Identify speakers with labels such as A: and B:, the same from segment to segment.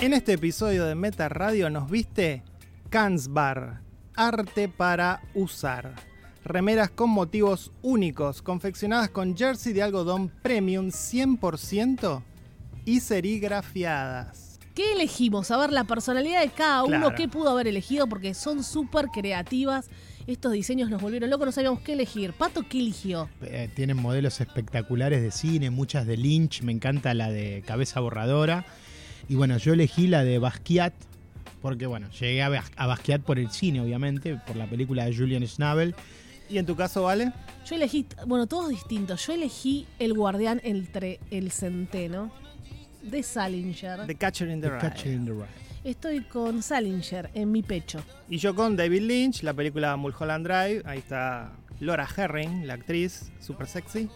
A: En este episodio de Meta Radio nos viste Kansbar, arte para usar. Remeras con motivos únicos, confeccionadas con jersey de algodón premium 100% y serigrafiadas.
B: ¿Qué elegimos? A ver, la personalidad de cada uno,
A: Claro.
B: qué pudo haber elegido, porque son súper creativas. Estos diseños nos volvieron locos, no sabíamos qué elegir. Pato, ¿qué eligió?
C: Eh, tienen modelos espectaculares de cine, muchas de Lynch, me encanta la de Cabeza Borradora. Y bueno, yo elegí la de Basquiat, porque bueno, llegué a, Bas- a Basquiat por el cine, obviamente, por la película de Julian Schnabel.
A: ¿Y en tu caso, Vale?
B: Yo elegí, bueno, todos distintos. Yo elegí el guardián entre el centeno de Salinger.
A: The Catcher in the,
C: The
A: Rye.
C: Catcher in the Rye.
B: Estoy con Salinger en mi pecho.
A: Y yo con David Lynch, la película Mulholland Drive. Ahí está Laura Herring, la actriz, super sexy.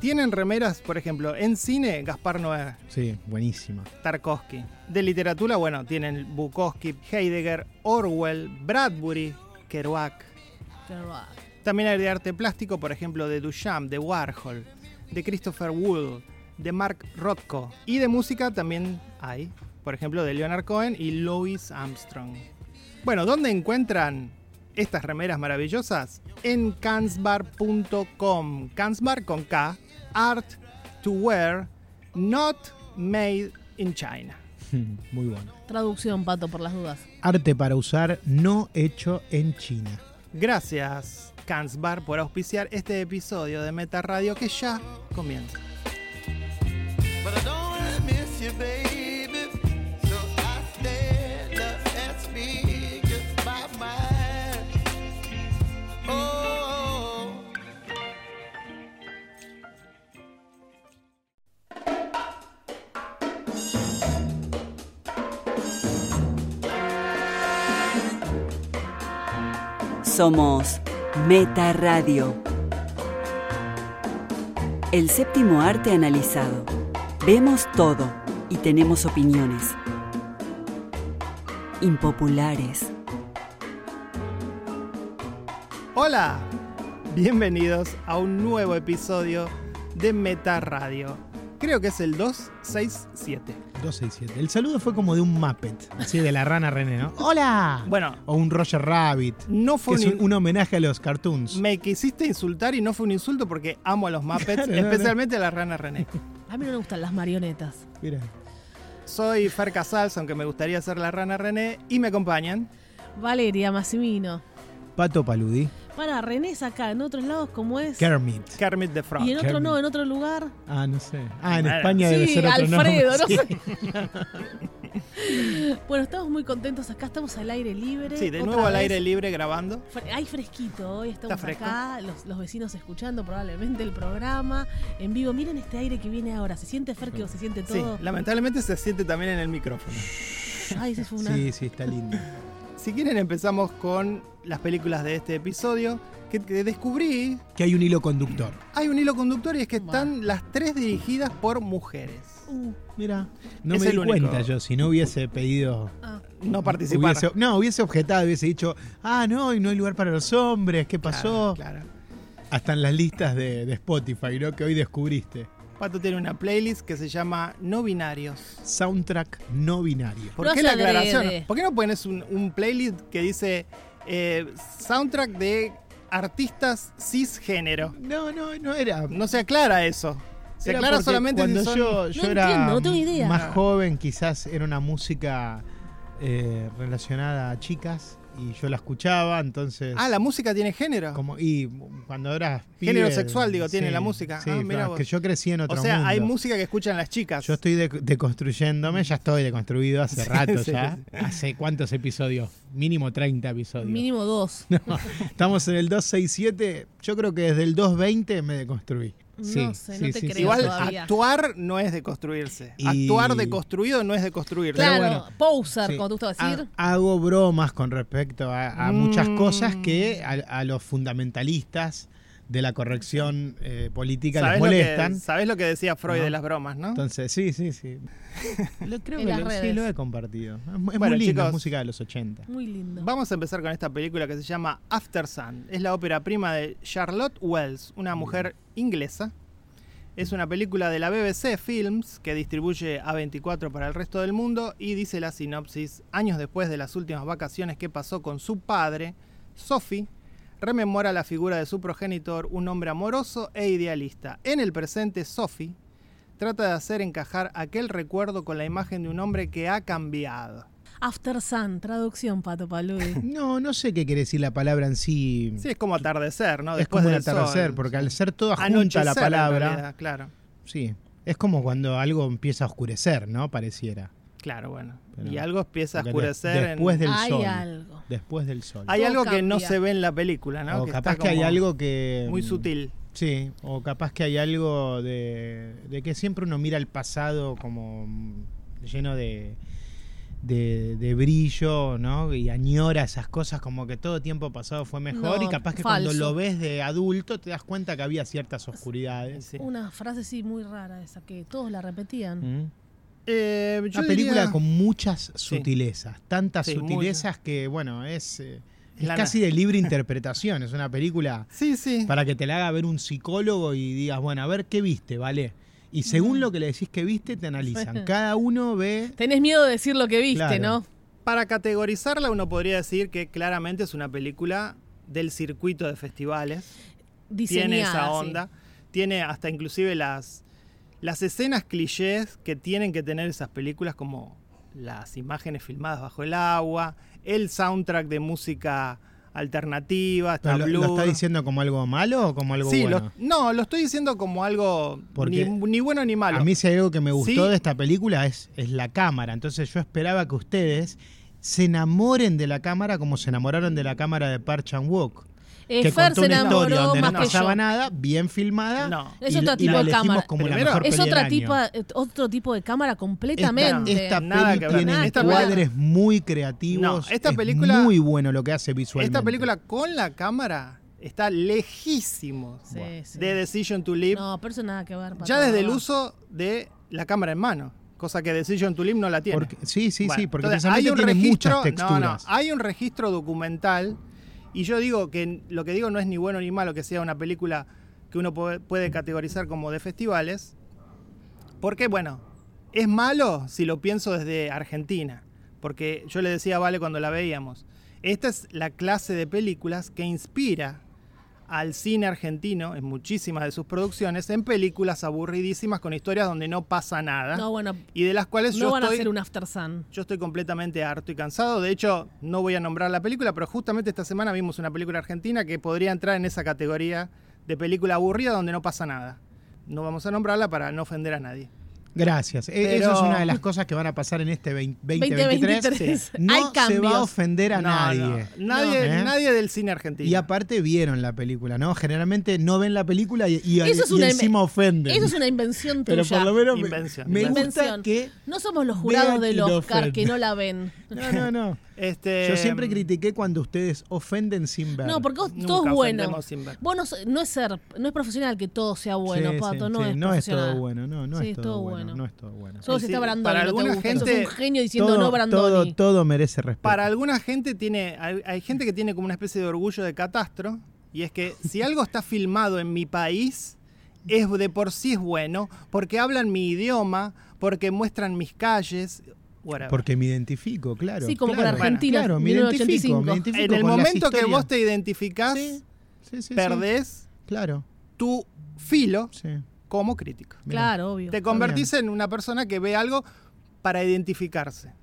A: Tienen remeras, por ejemplo, en cine, Gaspar Noé,
C: Sí, buenísima.
A: Tarkovsky. De literatura, bueno, tienen Bukowski, Heidegger, Orwell, Bradbury, Kerouac.
B: Pero, ah,
A: También hay de arte plástico, por ejemplo, de Duchamp, de Warhol, de Christopher Wood, de Mark Rothko. Y de música también hay, por ejemplo, de Leonard Cohen y Louis Armstrong. Bueno, ¿dónde encuentran estas remeras maravillosas? En kansbar.com. Kansbar con K. Art to wear, not made in China.
C: Muy bueno.
B: Traducción, Pato, por las dudas.
C: Arte para usar, no hecho en China.
A: Gracias, Kansbar, por auspiciar este episodio de Meta Radio que ya comienza.
D: But I don't really miss you, baby. So I stand up and speak just my mind. Oh.
E: Somos Meta Radio. El séptimo arte analizado. Vemos todo y tenemos opiniones. Impopulares.
A: Hola, bienvenidos a un nuevo episodio de Meta Radio. Creo que es el 267.
C: 267. El saludo fue como de un Muppet, así de la rana René, ¿no? ¡Hola!
A: Bueno,
C: O un Roger Rabbit,
A: no
C: que
A: fue
C: es
A: un,
C: un, un homenaje a los cartoons.
A: me quisiste insultar y no fue un insulto porque amo a los Muppets,
C: Claro, no, no.
A: especialmente a la rana René.
B: A mí no me gustan las marionetas.
C: Mira.
A: Soy Fer Casals, aunque me gustaría ser la rana René, y me acompañan.
B: Valeria, Massimino.
C: Pato Paludi,
B: Para, René es acá, en otros lados, ¿cómo es?
C: Kermit.
A: Kermit the Frog.
B: Y en otro
C: Kermit.
B: no, en otro lugar.
C: Ah, no sé. Ah, en
A: Bueno,
C: España debe
B: Sí,
C: ser otro
B: Alfredo,
C: nombre.
B: no
C: Sí.
B: sé. bueno, estamos muy contentos acá, estamos al aire libre.
A: Sí, de
B: otra
A: nuevo al
B: vez.
A: aire libre grabando.
B: Fre- Hay fresquito hoy, estamos
A: Está fresco.
B: acá, los, los vecinos escuchando probablemente el programa en vivo. Miren este aire que viene ahora, ¿se siente fértido? ¿Se siente
A: Sí,
B: todo?
A: lamentablemente se siente también en el micrófono.
B: Ay, ese fue una...
C: Sí, sí, está lindo.
A: Si quieren empezamos con las películas de este episodio que- que descubrí
C: Que hay un hilo conductor.
A: Hay un hilo conductor y es que están las tres dirigidas por mujeres.
B: Uh,
C: Mira, no
A: Es
C: me di
A: el único.
C: cuenta yo, si no hubiese pedido.
B: ah.
A: No participaron.
C: Hubiese- no, hubiese objetado, hubiese dicho, ah, no, y no hay lugar para los hombres, ¿qué pasó?
A: Claro,
C: Hasta en las listas de, de Spotify, ¿no? Que hoy descubriste.
A: claro. Pato tiene una playlist que se llama No Binarios.
C: Soundtrack no binario.
A: ¿Por
B: No
A: qué
B: se
A: la aclaración?
B: adrede.
A: ¿Por qué no pones un, un playlist que dice eh, soundtrack de artistas cisgénero?
C: No, no, no era.
A: No se aclara eso. Se
C: Era
A: aclara
C: porque
A: solamente
C: cuando
A: si son-
C: yo, yo
B: No
C: era
B: entiendo, no tengo idea.
C: más joven, quizás era una música eh, relacionada a chicas y yo la escuchaba, entonces
A: Ah, la música tiene género.
C: como y cuando eras
A: Género sexual, digo, tiene la música.
C: Sí,
A: Ah, mirá
C: claro,
A: vos.
C: que yo crecí en otro
A: O sea, hay
C: mundo.
A: música que escuchan las chicas.
C: Yo estoy de- deconstruyéndome, ya estoy deconstruido hace
A: Sí,
C: rato
A: sí,
C: ya.
A: sí.
C: ¿Hace cuántos episodios? Mínimo 30 episodios.
B: Mínimo dos.
C: Estamos en el 267, yo creo que desde el 220 me deconstruí.
B: No
C: Sí,
B: sé, no te
C: sí, sí, sí,
B: creo
A: Igual
C: sí.
B: todavía.
A: actuar no es de construirse.
C: Y-
A: Actuar de construido no es de construirse.
C: Pero
B: Claro,
C: bueno,
B: poser,
C: Sí. Ah.
B: como te gusta decir.
C: Ha- hago bromas con respecto a, a muchas
A: Mm.
C: cosas que a, a los fundamentalistas de la corrección eh, política les
A: ¿Sabés lo, que,
C: molestan.
A: sabés lo que decía Freud
C: No.
A: de las bromas, ¿no?
C: Entonces, sí, sí, sí. Lo, creo
B: En
C: que
B: las
C: lo, sí,
B: redes.
C: lo he compartido. Es, muy- es
A: Bueno,
C: muy lindo,
A: chicos.
C: es música de los 80.
B: Muy lindo.
A: Vamos a empezar con esta película que se llama After Sun. Es la ópera prima de Charlotte Wells, una mujer inglesa. Es una película de la BBC Films que distribuye A24 para el resto del mundo y dice la sinopsis, años después de las últimas vacaciones que pasó con su padre, Sophie rememora la figura de su progenitor, un hombre amoroso e idealista. En el presente, Sophie trata de hacer encajar aquel recuerdo con la imagen de un hombre que ha cambiado.
B: After Sun, traducción, Pato Paludi.
C: No, no sé qué quiere decir la palabra en sí.
A: Sí, es como atardecer, ¿no?
C: es
A: Después
C: como el
A: del sol.
C: atardecer, porque al ser toda junta
A: Anochecer,
C: la
A: en
C: palabra.
A: realidad, claro,
C: Sí. Es como cuando algo empieza a oscurecer, ¿no? Pareciera.
A: claro, bueno.
C: Pero-
A: y algo empieza a
C: Porque
A: oscurecer.
C: de-
A: en-
C: después del
B: Hay
C: sol.
B: algo.
C: Después del sol.
A: Hay
B: Todo
A: algo que no
B: cambia.
A: se ve en la película, ¿no?
C: o
A: Que
C: capaz
A: está
C: que hay
A: como
C: algo que.
A: Muy
C: mm,
A: sutil.
C: Sí, o capaz que hay algo de, de que siempre uno mira el pasado como mm, lleno de, de, de brillo, ¿no? Y añora esas cosas como que todo tiempo pasado fue mejor
B: No,
C: y capaz que
B: falso.
C: cuando lo ves de adulto te das cuenta que había ciertas oscuridades.
A: Sí.
B: Una frase sí muy rara esa que todos la repetían.
C: Mm.
A: Eh, yo
C: Una película
A: diría-
C: con muchas sutilezas, tantas
A: Sí,
C: sutilezas que, bueno, es, eh, es
A: Lana.
C: casi de libre interpretación, es una película...
A: Sí, sí.
C: para que te la haga ver un psicólogo y digas, bueno, a ver qué viste, ¿vale? Y según lo que le decís que viste, te analizan. Cada uno ve.
B: Tenés miedo de decir lo que viste,
C: Claro.
B: ¿no?
A: Para categorizarla uno podría decir que claramente es una película del circuito de festivales.
B: Diseñada,
A: tiene esa
B: sí.
A: onda. Tiene hasta inclusive las, las escenas clichés que tienen que tener esas películas como las imágenes filmadas bajo el agua, el soundtrack de música alternativa, está
C: Pero ¿Lo, lo
A: blur.
C: está diciendo como algo malo o como algo
A: Sí, lo-
C: bueno?
A: no, lo estoy diciendo como algo ni,
C: Porque
A: ni bueno ni malo.
C: A mí si hay algo que me gustó
A: Sí.
C: de esta película es, es la cámara. Entonces yo esperaba que ustedes se enamoren de la cámara como se enamoraron de la cámara de Park Chan Wook.
B: Eh,
C: que
B: Fer
C: contó
B: se
C: una
B: enamoró
C: historia donde
B: más
C: no
B: que
C: pasaba
B: yo.
C: nada, bien filmada.
A: No.
B: Es
C: y-
B: otro
C: y
B: tipo
C: la
B: de
C: elegimos
B: cámara.
C: como la
A: Primero,
C: mejor
B: Es
C: peli del
B: otra
C: año.
B: tipa, eh, otro tipo de cámara
C: Esta,
B: completamente.
C: esta
A: Nada
C: peli
A: que ver.
C: tiene
B: Esta
C: cuadres
A: película-
C: muy creativos.
A: No, esta
C: es
A: película-
C: muy bueno lo que hace visualmente.
A: Esta película con la cámara está lejísimo
B: Sí,
A: bueno,
B: sí.
A: de Decision to Live.
B: No, pero eso nada que ver. Pato,
A: ya desde el
B: no.
A: uso de la cámara en mano, cosa que Decision to Live no la tiene.
C: Porque- sí, sí,
A: Bueno,
C: sí, porque
A: entonces,
C: precisamente tiene
A: registro-
C: muchas texturas.
A: no, ah, no, hay un registro documental y yo digo que n- lo que digo no es ni bueno ni malo que sea una película que uno puede, puede categorizar como de festivales, porque bueno, es malo si lo pienso desde Argentina, porque yo le decía a Vale cuando la veíamos, esta es la clase de películas que inspira al cine argentino en muchísimas de sus producciones, en películas aburridísimas con historias donde no pasa nada
B: No, bueno,
A: y de las
C: Pues
A: cuales
B: no
A: yo
B: van a
A: estoy
B: hacer un After Sun.
A: yo estoy completamente harto y cansado. De hecho, no voy a nombrar la película, pero justamente esta semana vimos una película argentina que podría entrar en esa categoría de película aburrida donde no pasa nada. No vamos a nombrarla para no ofender a nadie.
C: Gracias. E-
A: Pero-
C: Eso es una de las cosas que van a pasar en este 20- 2023.
B: 2023.
C: No
B: Hay
C: se va a
B: cambios.
C: ofender a
A: No,
C: nadie.
A: no. Nadie,
C: No. ¿Eh?
A: nadie del cine argentino.
C: Y aparte vieron la película, ¿no? Generalmente no ven la película y, y-
B: Eso es
C: y
B: una-
C: encima ofenden.
B: Eso es una invención tuya.
C: Pero por lo menos me-
A: Invención,
C: me, gusta
B: Invención.
C: que...
B: No somos los
C: Vean
B: jurados
C: y
B: del
C: lo
B: Oscar que
C: ofenden.
B: no la ven.
C: No, no, no.
A: Este,
C: Yo siempre critiqué cuando ustedes ofenden sin ver.
B: No, porque vos-
A: Nunca
B: todo es bueno.
A: ofendemos sin ver.
B: Vos no, so- no es ser, no es profesional que todo sea bueno,
C: Sí,
B: Pato,
C: sí,
B: no,
C: sí.
B: es
C: no es
B: profesional.
C: todo bueno, no, no
B: Sí,
C: es todo bueno, no es todo bueno.
B: Solo
A: Es
B: si está
A: decir,
B: Brandoni,
A: para
B: no te
A: alguna
B: gusta. Sos
A: gente-
B: un genio diciendo
C: todo,
B: no
C: Todo,
B: Brandoni.
C: todo merece respeto.
A: Para alguna gente tiene, hay, hay gente que tiene como una especie de orgullo de catastro y es que si algo está filmado en mi país es de por sí es bueno porque hablan mi idioma, porque muestran mis calles, whatever.
C: Porque me identifico, claro.
B: Sí, como con
C: claro,
B: Argentina,
C: Claro, me identifico,
B: 1985.
C: me identifico
A: en el
C: con las
A: momento que
C: historias.
A: vos te identificás,
C: Sí, sí, sí, sí.
A: perdés
C: Claro,
A: tu filo
C: sí.
A: como crítico.
C: mirá.
B: Claro, obvio.
A: Te
C: bien.
A: convertís en una persona que ve algo para identificarse.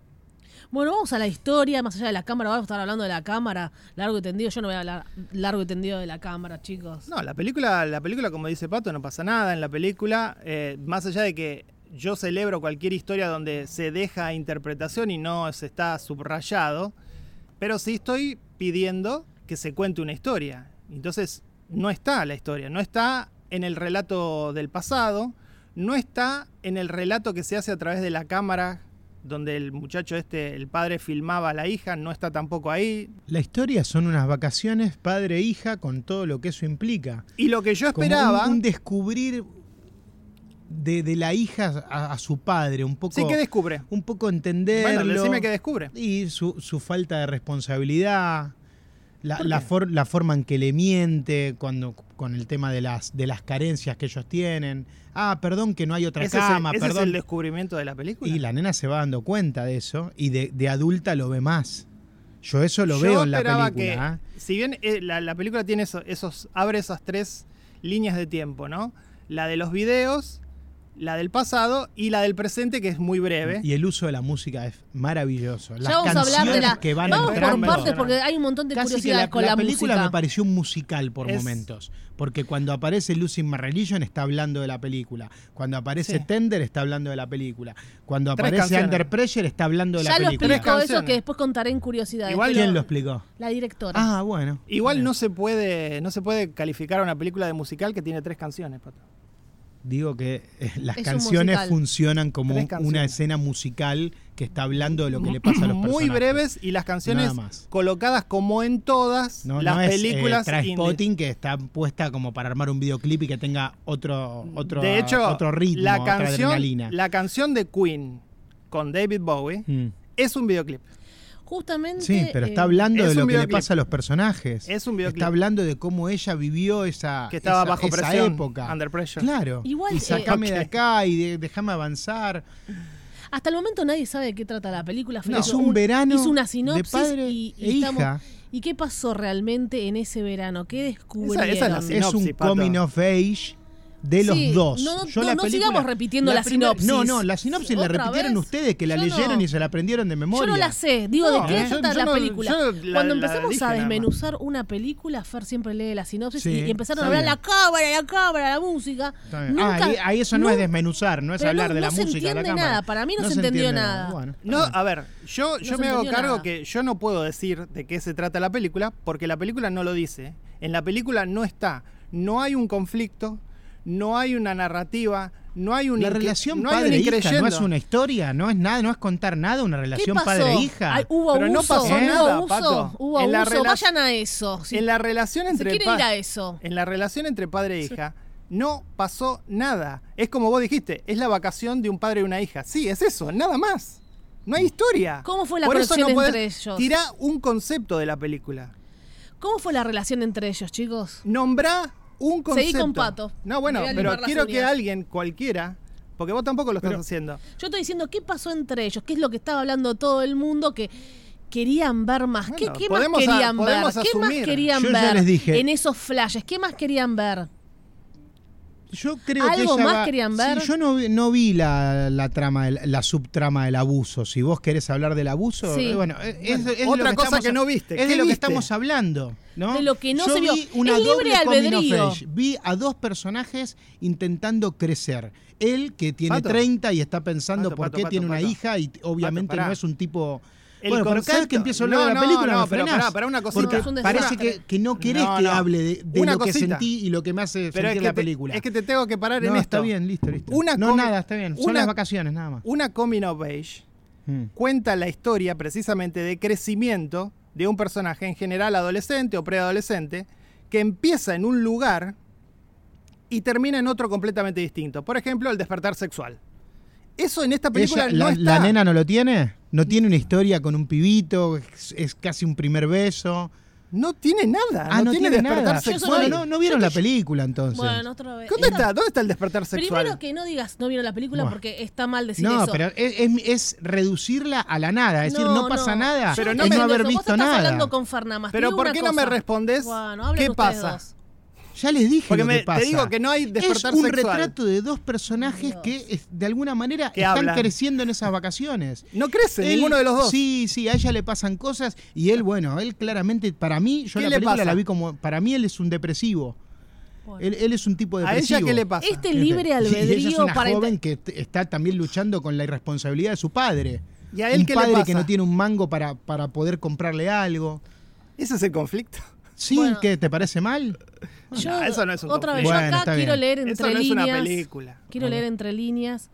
B: Bueno, vamos a la historia, más allá de la cámara, vamos a estar hablando de la cámara, largo y tendido, yo no voy a hablar largo y tendido de la cámara, chicos.
A: No, la película, la película, como dice Pato, no pasa nada en la película. eh, más allá de que yo celebro cualquier historia donde se deja interpretación y no se está subrayado, pero sí estoy pidiendo que se cuente una historia. Entonces, no está la historia, no está en el relato del pasado, no está en el relato que se hace a través de la cámara donde el muchacho este, el padre filmaba a la hija, no está tampoco ahí.
C: La historia son unas vacaciones padre e hija con todo lo que eso implica.
A: Y lo que yo
C: Como un-
A: esperaba...
C: un, descubrir de, de la hija a, a su padre, un poco
A: sí que descubre.
C: un poco entenderlo.
A: Bueno, decime que descubre.
C: Y su, su falta de responsabilidad. La, la for- la forma en que le miente cuando, con el tema de las, de las carencias que ellos tienen. Ah, perdón que no hay otra
A: Ese, es el-
C: cama,
A: ese es, el,
C: perdón.
A: descubrimiento de la película.
C: y la nena se va dando cuenta de eso y de, de adulta lo ve más. Yo eso lo
A: Yo
C: veo en la
A: esperaba
C: película. ¿ah?
A: Que, si bien eh, la, la película tiene eso- esos, abre esas tres líneas de tiempo, ¿no? La de los videos, la del pasado y la del presente, que es muy breve.
C: Y el uso de la música es maravilloso. Las
B: ya vamos a hablar de
C: canciones
B: la.
C: que van
B: vamos
C: entrando.
B: por partes porque hay un montón de
C: Casi que
B: curiosidades
C: la,
B: con
C: la
B: la,
C: película
B: música.
C: me pareció un musical por
A: Es-
C: momentos. Porque cuando aparece Lucy in My Religion está hablando de la película. Cuando aparece
A: Sí.
C: Tender está hablando de la película. Cuando
A: Tres
C: aparece
A: canciones.
C: Under Pressure está hablando de
B: ya
C: la
B: lo
C: película.
A: Tres
B: explicó eso
A: canciones.
B: que después contaré en curiosidades.
A: Igual
B: pero-
C: ¿Quién lo explicó?
B: La directora.
C: Ah, bueno.
A: Igual no se puede no se puede calificar a una película de musical que tiene tres canciones, Pato.
C: Digo que eh, las
B: Es un
C: canciones
B: musical.
C: funcionan como
A: Tres
C: una
A: canciones.
C: escena musical que está hablando de lo que le pasa a los personajes.
A: Muy breves y las canciones
C: Nada más.
A: colocadas como en todas
C: No,
A: las
C: no es, eh,
A: películas indie.
C: Trainspotting, que está puesta como para armar un videoclip y que tenga otro, otro,
A: de hecho,
C: otro ritmo,
A: la
C: otra
A: canción,
C: adrenalina.
A: la canción de Queen con David Bowie
C: Mm.
A: es un videoclip.
B: Justamente.
C: Sí, pero está
B: eh,
C: hablando
A: es
C: de lo
A: un
C: que le
A: videoclip.
C: pasa a los personajes.
A: Es un videoclip.
C: Está hablando de cómo ella vivió esa,
A: Que estaba
C: Ah, esa-
A: bajo
C: esa
A: presión,
C: época.
A: under pressure.
C: Claro.
B: Igual,
C: y
B: eh,
C: sacame de
A: Ok.
C: acá y de- déjame avanzar.
B: Hasta el momento nadie sabe de qué trata la película. Fue
C: No.
B: hizo
C: Es un verano
B: Hizo una sinopsis
C: de padre
B: y, y
C: e hija.
B: estamos- ¿Y qué pasó realmente en ese verano? ¿Qué descubrieron?
A: esa es la sinopsis.
C: es un
A: Pato.
C: coming of age de los
B: Sí,
C: dos.
B: no, no,
C: Yo
B: no,
C: la
B: no
C: película-
B: sigamos repitiendo la
C: primer-
B: sinopsis.
C: No, no, la sinopsis la
B: ¿Otra
C: repitieron
B: vez?
C: ustedes, que la
B: Yo no.
C: leyeron y se la aprendieron de memoria.
B: Yo no la sé, digo,
A: No,
B: ¿de qué
A: eh.
B: trata
A: Yo- yo
B: la
A: no-
B: película?
A: yo la-
B: Cuando
A: la
B: empezamos
A: dije nada
B: a
A: más.
B: desmenuzar una película, Fer siempre lee la sinopsis
C: Sí,
B: y, y empezaron a
C: está
B: hablar la
C: bien.
B: cámara, la cámara, la música.
C: Está bien.
B: Nunca-
C: Ah, ahí, ahí eso no
B: nun-
C: es desmenuzar, no es
B: pero
C: hablar
B: no-
C: de la
B: no se
C: música. de la
B: entiende
C: cámara.
B: nada, para mí no se entendió
C: entiende
B: nada.
C: Bueno, está
A: No,
C: bien.
A: a ver, yo, yo
B: se
A: me hago
B: entendió
A: cargo
B: nada.
A: que yo no puedo decir de qué se trata la película porque la película no lo dice. En la película no está. No hay un conflicto, no hay una narrativa, no hay un
C: la
A: incre-
C: relación
A: no hay un
C: padre-hija no
A: increyendo.
C: es una historia, no es nada, no es contar nada, una relación
B: ¿Qué pasó?
C: padre-hija.
B: Ay, hubo
A: e Pero no
B: abuso,
A: pasó
B: hubo
A: nada,
B: abuso,
A: Pato.
B: hubo
A: En la
B: abuso.
A: rela-
B: Vayan a eso. Si
A: En la relación
B: se
A: entre
B: quieren
A: pa-
B: ir a eso.
A: En la relación entre padre e hija no pasó nada. Es como vos dijiste, es la vacación de un padre y una hija. Sí, es eso, nada más. No hay historia.
B: ¿Cómo fue la
A: Por eso
B: conexión
A: no
B: entre
A: podés-
B: ellos?
A: Tirá un concepto de la película.
B: ¿Cómo fue la relación entre ellos, chicos?
A: Nombrá un concepto.
B: Seguí con Pato.
A: No, bueno,
B: Me voy a
A: pero
B: limar las
A: quiero que
B: uñas.
A: alguien, cualquiera, porque vos tampoco lo estás haciendo.
B: Yo estoy diciendo qué pasó entre ellos, qué es lo que estaba hablando todo el mundo que querían ver más. ¿Qué-
A: Bueno,
B: ¿Qué,
A: podemos
B: más
A: a-
B: querían ver?
A: podemos
B: ¿Qué más
A: asumir.
B: querían
C: Yo ya
B: ver
C: les dije.
B: en esos flashes? ¿Qué más querían ver?
C: Yo creo que
B: ¿Algo
C: ella
B: más
C: va-
B: querían
C: Sí,
B: ver?
C: yo no, no vi la, la trama, del- la subtrama del abuso. Si vos querés hablar del abuso,
B: Sí.
C: eh, bueno, eh, es, es
A: Otra
C: lo que
A: cosa
C: estamos-
A: que no viste. ¿Qué
C: Es de lo que
A: viste?
C: estamos hablando, ¿no?
B: De lo que no
C: yo
B: se vio.
C: vi una
B: Es libre
C: doble coming of
B: albedrío.
C: age. Vi a dos personajes intentando crecer. Él que tiene
A: Pato.
C: 30 y está pensando
A: Pato,
C: por
A: pato,
C: qué
A: pato,
C: tiene una
A: pato.
C: hija y t- obviamente
A: pará.
C: no es un tipo
A: El
C: bueno, pero cada vez
A: concepto-
C: que empiezo a hablar
A: No,
C: de la
A: no,
C: película
A: no,
C: me
A: pero
C: frenás.
A: pará, pará, una cosita.
C: Porque
B: No, es un desastre.
C: parece que, que no querés
A: No,
C: que
A: no.
C: hable de, de
A: Una
C: lo que
A: cosita.
C: sentí y lo que me hace
A: Pero
C: sentir
A: es que,
C: la
A: te,
C: película.
A: es que te tengo que parar en
C: No,
A: esto.
C: está bien, listo, listo.
A: Una
C: no,
A: comi-
C: nada, está bien. Son
A: una-
C: las vacaciones, nada más.
A: Una coming of age
C: Mm.
A: cuenta la historia precisamente de crecimiento de un personaje, en general adolescente o preadolescente, que empieza en un lugar y termina en otro completamente distinto. Por ejemplo, el despertar sexual. Eso en esta película
C: Ella-
A: no
C: la,
A: está.
C: la nena no lo tiene? ¿No tiene una historia con un pibito? ¿Es, es casi un primer beso?
A: no tiene nada.
C: Ah, no, tiene,
A: despertar
C: nada.
A: sexual.
C: Bueno, no, no vieron
B: Yo
C: la
B: te-
C: película entonces.
B: Bueno, otra vez.
A: ¿Dónde
B: Esta-
A: está? ¿Dónde está el despertar sexual?
B: Primero que no digas no vieron la película
C: Buah.
B: porque está mal decir
C: no,
B: eso.
C: pero es, es- es reducirla a la nada. Es decir, no pasa nada.
B: Yo
A: Pero
C: es
A: no
B: estoy
A: me-
B: diciendo
C: haber
B: eso.
C: visto
B: Vos estás
C: nada.
B: hablando con Fernamás.
A: Pero ¿por qué no me respondés qué pasa?
C: Ya les dije
A: Porque
C: lo
A: me-
C: que pasa.
A: te digo que no hay despertar
C: Es un
A: sexual.
C: retrato de dos personajes que es- de alguna manera
A: Que
C: están
A: hablan.
C: creciendo en esas vacaciones.
A: No crece
C: Él-
A: ninguno de los dos.
C: Sí, sí, a ella le pasan cosas y él, bueno, él claramente, para mí, yo
A: ¿Qué
C: la
A: le
C: película
A: pasa?
C: la vi como, para mí él es un depresivo. Él, él es un tipo
A: ¿A
C: depresivo.
A: ella qué le pasa?
B: Este
C: Este,
B: libre
C: y ella es
B: albedrío
C: una
B: para
C: joven que t- está también luchando con la irresponsabilidad de su padre.
A: ¿Y a él
C: un
A: qué le
C: padre
A: pasa?
C: que no tiene un mango para, para poder comprarle algo.
A: Ese es el conflicto.
C: ¿Sí?
B: Bueno.
C: ¿Qué? ¿Te parece mal?
B: Yo,
A: No, Ah, eso no es un
B: otra vez,
A: conflicto.
B: yo
C: Bueno,
B: acá
C: está
B: quiero
C: bien.
B: leer
A: Eso
B: entre
A: no es
B: líneas.
A: una película.
B: Quiero leer entre líneas.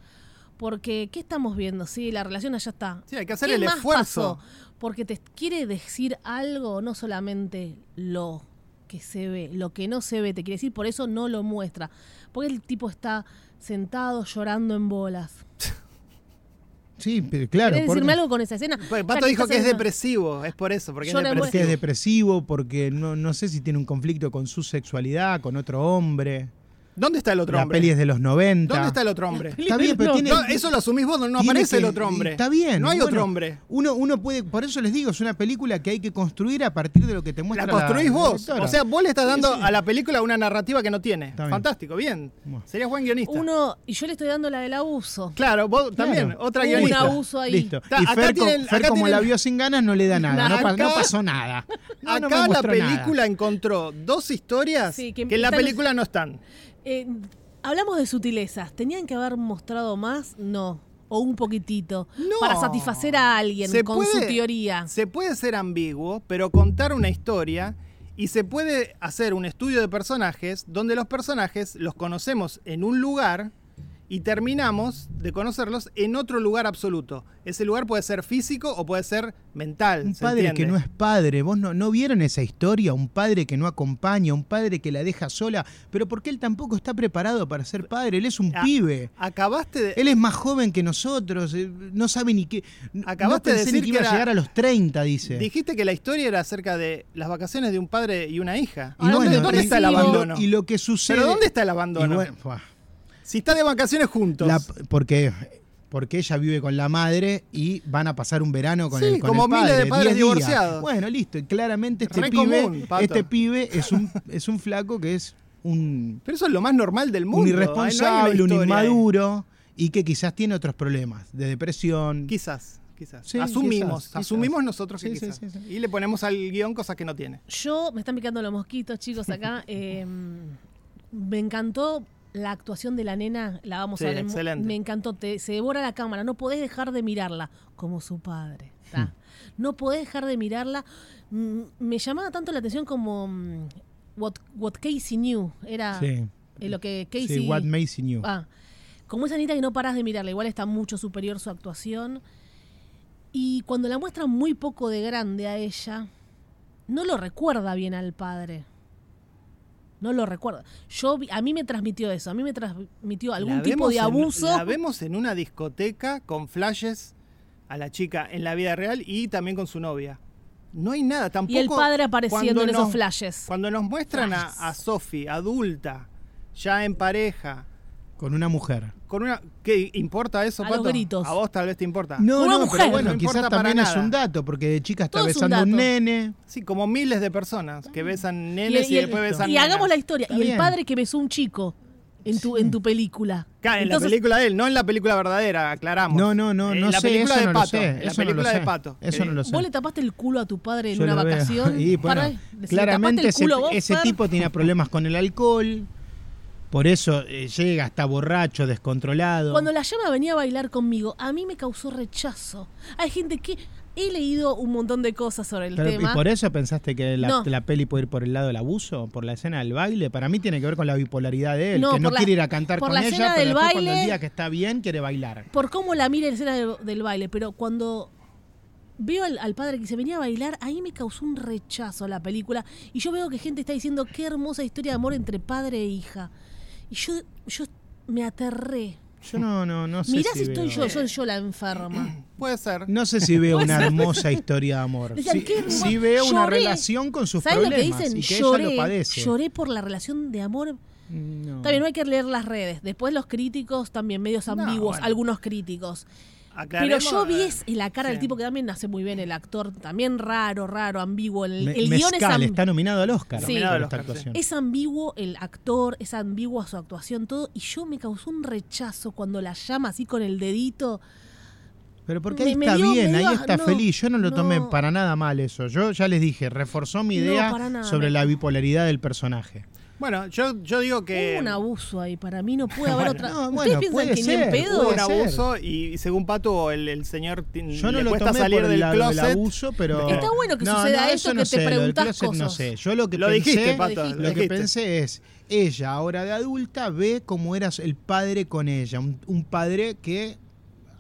B: Porque, ¿qué estamos viendo? Sí, la relación allá está.
A: Sí, hay que hacer
B: ¿Qué
A: el
B: más
A: esfuerzo.
B: pasó? Porque te quiere decir algo, no solamente lo que se ve, lo que no se ve, te quiere decir, por eso no lo muestra. Porque el tipo está sentado llorando en bolas.
C: Sí, pero claro.
B: ¿Querés
C: porque-
B: decirme algo con esa escena?
A: Pues,
B: Ya
A: Pato dijo
B: estás
A: que es
B: en una-
A: depresivo, es por eso, porque
B: Yo
A: es
B: no
A: depresivo.
C: Porque es depresivo, porque no, no sé si tiene un conflicto con su sexualidad, con otro hombre.
A: ¿Dónde está el otro
C: la
A: hombre?
C: peli es de los 90.
A: ¿Dónde está el otro hombre?
C: Está bien, pero
B: No,
C: tiene.
A: No, eso lo asumís vos, no no
C: tiene
A: aparece
C: que-
A: el otro hombre.
C: Está bien.
A: No hay otro
C: bueno,
A: hombre.
C: Uno, uno puede. Por eso les digo, es una película que hay que construir a partir de lo que te muestra.
A: La construís vos.
C: directora.
A: O sea, vos le estás
C: Sí,
A: dando
C: sí.
A: a la película una narrativa que no tiene.
C: Está bien.
A: Fantástico, bien.
C: Bueno.
A: Serías buen guionista.
B: Uno, y yo le estoy dando la del abuso.
A: Claro, vos también,
C: Claro.
A: otra
B: Una
A: guionista.
B: un abuso ahí.
C: Listo.
A: Ta-
C: y
A: acá
C: Fer, co-
A: tienen-
C: Fer
A: acá
C: como la
A: tienen-
C: vio sin ganas, no le da nada. No, pa-
A: Acá-
C: no pasó nada. No, no me
A: Acá la
C: mostró nada.
A: película encontró dos historias
B: Sí,
A: que,
B: que
A: en la
B: están los-
A: película no están.
B: Eh, hablamos de sutilezas. ¿Tenían que haber mostrado más? No. O un poquitito.
A: No.
B: Para satisfacer a alguien con su teoría.
A: Se puede ser ambiguo, pero contar una historia y se puede hacer un estudio de personajes donde los personajes los conocemos en un lugar y terminamos de conocerlos en otro lugar absoluto. Ese lugar puede ser físico o puede ser mental.
C: Un
A: ¿se
C: padre
A: entiende?
C: que no es padre, vos no, no vieron esa historia, un padre que no acompaña, un padre que la deja sola, pero porque él tampoco está preparado para ser padre, él es un
A: Ah.
C: pibe.
A: Acabaste de...
C: Él es más joven que nosotros, eh, no sabe ni qué. no-
A: Acabaste
C: no
A: de
C: pensé
A: decir
C: ni que iba
A: que
C: a
A: era-
C: llegar a los 30, dice.
A: Dijiste que la historia era acerca de las vacaciones de un padre y una hija. Ahora,
C: Y
A: "Ah, ¿dónde-
C: bueno,
A: ¿Dónde
C: y-
A: está el
C: y lo-
A: abandono?
C: Y lo que sucede.
A: ¿Pero dónde está el
C: y
A: abandono?
C: bueno, buah,
A: Si está de vacaciones juntos.
C: la- porque, porque ella vive con la madre y van a pasar un verano con
A: Sí,
C: el con
A: como
C: el padre,
A: miles de padres
C: 10 días.
A: divorciados.
C: Bueno, listo. Y claramente este
A: Re
C: pibe,
A: común, Pato.
C: este pibe es un, es un flaco que es un,
A: Pero eso es lo más normal del mundo.
C: un
A: ¿eh? No hay una
C: irresponsable, un
A: historia ahí.
C: inmaduro y que quizás tiene otros problemas de depresión.
A: Quizás, quizás.
C: Sí,
A: asumimos,
C: quizás, quizás.
A: asumimos nosotros que
C: Sí, sí,
A: quizás.
C: sí, sí.
A: Y le ponemos al guión cosas que no tiene.
B: Yo, me están picando los mosquitos, chicos, acá. Eh, me encantó la actuación de la nena. La vamos
A: Sí,
B: a ver. en-
A: excelente.
B: Me encantó. Te, se devora la cámara. No podés dejar de mirarla como su padre. ta. No podés dejar de mirarla. Mm, me llamaba tanto la atención como mm, what, what Casey knew. Era
C: Sí.
B: eh, lo que
C: Sí,
B: Casey...
C: What Macy New.
B: Ah, como esa Anita que no paras de mirarla, igual está mucho superior su actuación. Y cuando la muestran muy poco de grande a ella, no lo recuerda bien al padre. No lo recuerda. Yo vi- a mí me transmitió eso, a mí me transmitió algún
A: La
B: tipo
A: vemos
B: de
A: en-
B: abuso.
A: la vemos en una discoteca con flashes a la chica en la vida real y también con su novia. No hay nada, tampoco.
B: y el padre apareciendo
A: cuando
B: en esos
A: nos-
B: flashes.
A: Cuando nos muestran a,
B: Flashes.
A: a Sophie, adulta, ya en pareja,
C: Con una mujer.
A: con una. ¿Qué importa eso,
B: A los
A: Pato?
B: gritos.
A: A vos tal vez te importa.
C: No,
B: Con una
C: no,
B: mujer.
C: pero bueno,
A: Ah, No
C: quizás
A: importa para
C: también es
A: nada.
C: un dato, porque de chica está
B: Todo es un
C: besando un,
B: dato.
C: nene.
A: Sí, como miles de personas que besan
B: Ah. Y-
A: nenes y,
B: y el-
A: después besan.
B: y
A: nenas.
B: hagamos la historia.
C: Está
B: y el
C: bien.
B: padre que besó un chico en tu, en tu película.
A: Claro, en la
B: Entonces,
A: película de él, no en la película verdadera, aclaramos.
C: No, no, no,
A: En
C: no
A: Eh, la
C: sé,
A: película
C: eso
A: de
C: no lo
A: Pato.
C: sé.
A: en la
C: eso no lo
A: película
C: sé.
A: de Pato.
C: Eso
A: Eh,
C: no lo sé.
B: Vos le tapaste el culo a tu padre en
C: Yo
B: una
C: lo veo.
B: vacación.
C: Y,
B: Pará,
C: bueno,
B: decime, ¿tapaste
C: claramente
B: el
C: ese,
B: culo vos,
C: ese
B: Fer?
C: tipo tenía problemas con el alcohol. Por eso eh, llega, está borracho, descontrolado.
B: Cuando la llama venía a bailar conmigo, a mí me causó rechazo. Hay gente que he leído un montón de cosas sobre el
C: Pero, ¿Y
B: tema.
C: por e- eso pensaste que la,
B: No.
C: la peli puede ir por el lado del abuso? ¿Por la escena del baile? Para mí tiene que ver con la bipolaridad de él,
B: No,
C: que no
B: por la-
C: quiere ir a cantar
B: por
C: con
B: la
C: ella,
B: escena
C: pero
B: del
C: después cuando el
B: baile-
C: día que está bien quiere bailar.
B: Por cómo la mira en la escena del, del baile, pero cuando veo al, al padre que se venía a bailar, ahí me causó un rechazo la película. Y yo veo que gente está diciendo qué hermosa historia de amor entre padre e hija. Y yo, yo me aterré.
C: Yo no, no, no sé
B: Mirá
C: si
B: si estoy
C: veo-
B: yo, soy yo la enferma.
A: Eh, Puede ser.
C: No sé si veo una hermosa historia de amor.
B: Decían,
C: Sí,
B: qué hermoso.
C: sí veo una
B: Lloré.
C: relación con sus
B: ¿Sabes lo que
C: problemas
B: dicen?
C: y que ella lo
B: lloré,
C: padece.
B: lloré por la relación de amor
C: No.
B: Está bien, no hay que leer las redes. Después los críticos también, medios ambiguos,
A: bueno.
B: algunos críticos. Pero
A: Aclaremos,
B: yo vi
A: eh,
B: es la cara del
A: sí.
B: tipo que también hace muy bien el actor, también raro, raro, ambiguo. El,
C: Me-
B: el guión es,
C: Mezcal
B: am-
C: está nominado al Oscar
B: Sí.
C: por
B: Nominado
A: al
C: esta
A: Oscar, sí.
C: actuación.
B: es ambiguo el actor, es ambigua su actuación, todo. Y yo me causó un rechazo cuando la llama así con el dedito.
C: Pero porque ahí
B: me- me
C: está
B: dio-
C: bien,
B: me dio-
C: ahí está
B: no,
C: feliz. Yo no lo tomé
B: no.
C: para nada mal eso. Yo ya les dije, reforzó mi
B: No,
C: idea
B: para nada.
C: sobre la bipolaridad del personaje.
A: Bueno, yo, yo digo que
B: Hubo un abuso ahí, para mí no puede haber otra.
C: no, bueno,
B: ¿Ustedes piensan
C: puede
B: que ni en
C: ser,
B: pedo?
A: hubo
C: puede
A: un
C: ser.
A: abuso y, y según Pato, el, el señor tin-
C: Yo no
A: le
C: lo
A: cuesta
C: tomé
A: salir
C: por el
A: del
C: lado
A: closet.
C: del abuso, pero...
B: Está bueno que suceda eso,
C: eso
B: que
C: no
B: te
C: sé, lo del
B: preguntás
C: closet No
B: cosas.
C: sé. Yo lo que
A: Lo
C: pensé...
A: dijiste, Pato.
B: dijiste.
A: lo
C: Lo que
A: dijiste.
C: pensé es, ella ahora de adulta ve cómo era el padre con ella, un, un padre que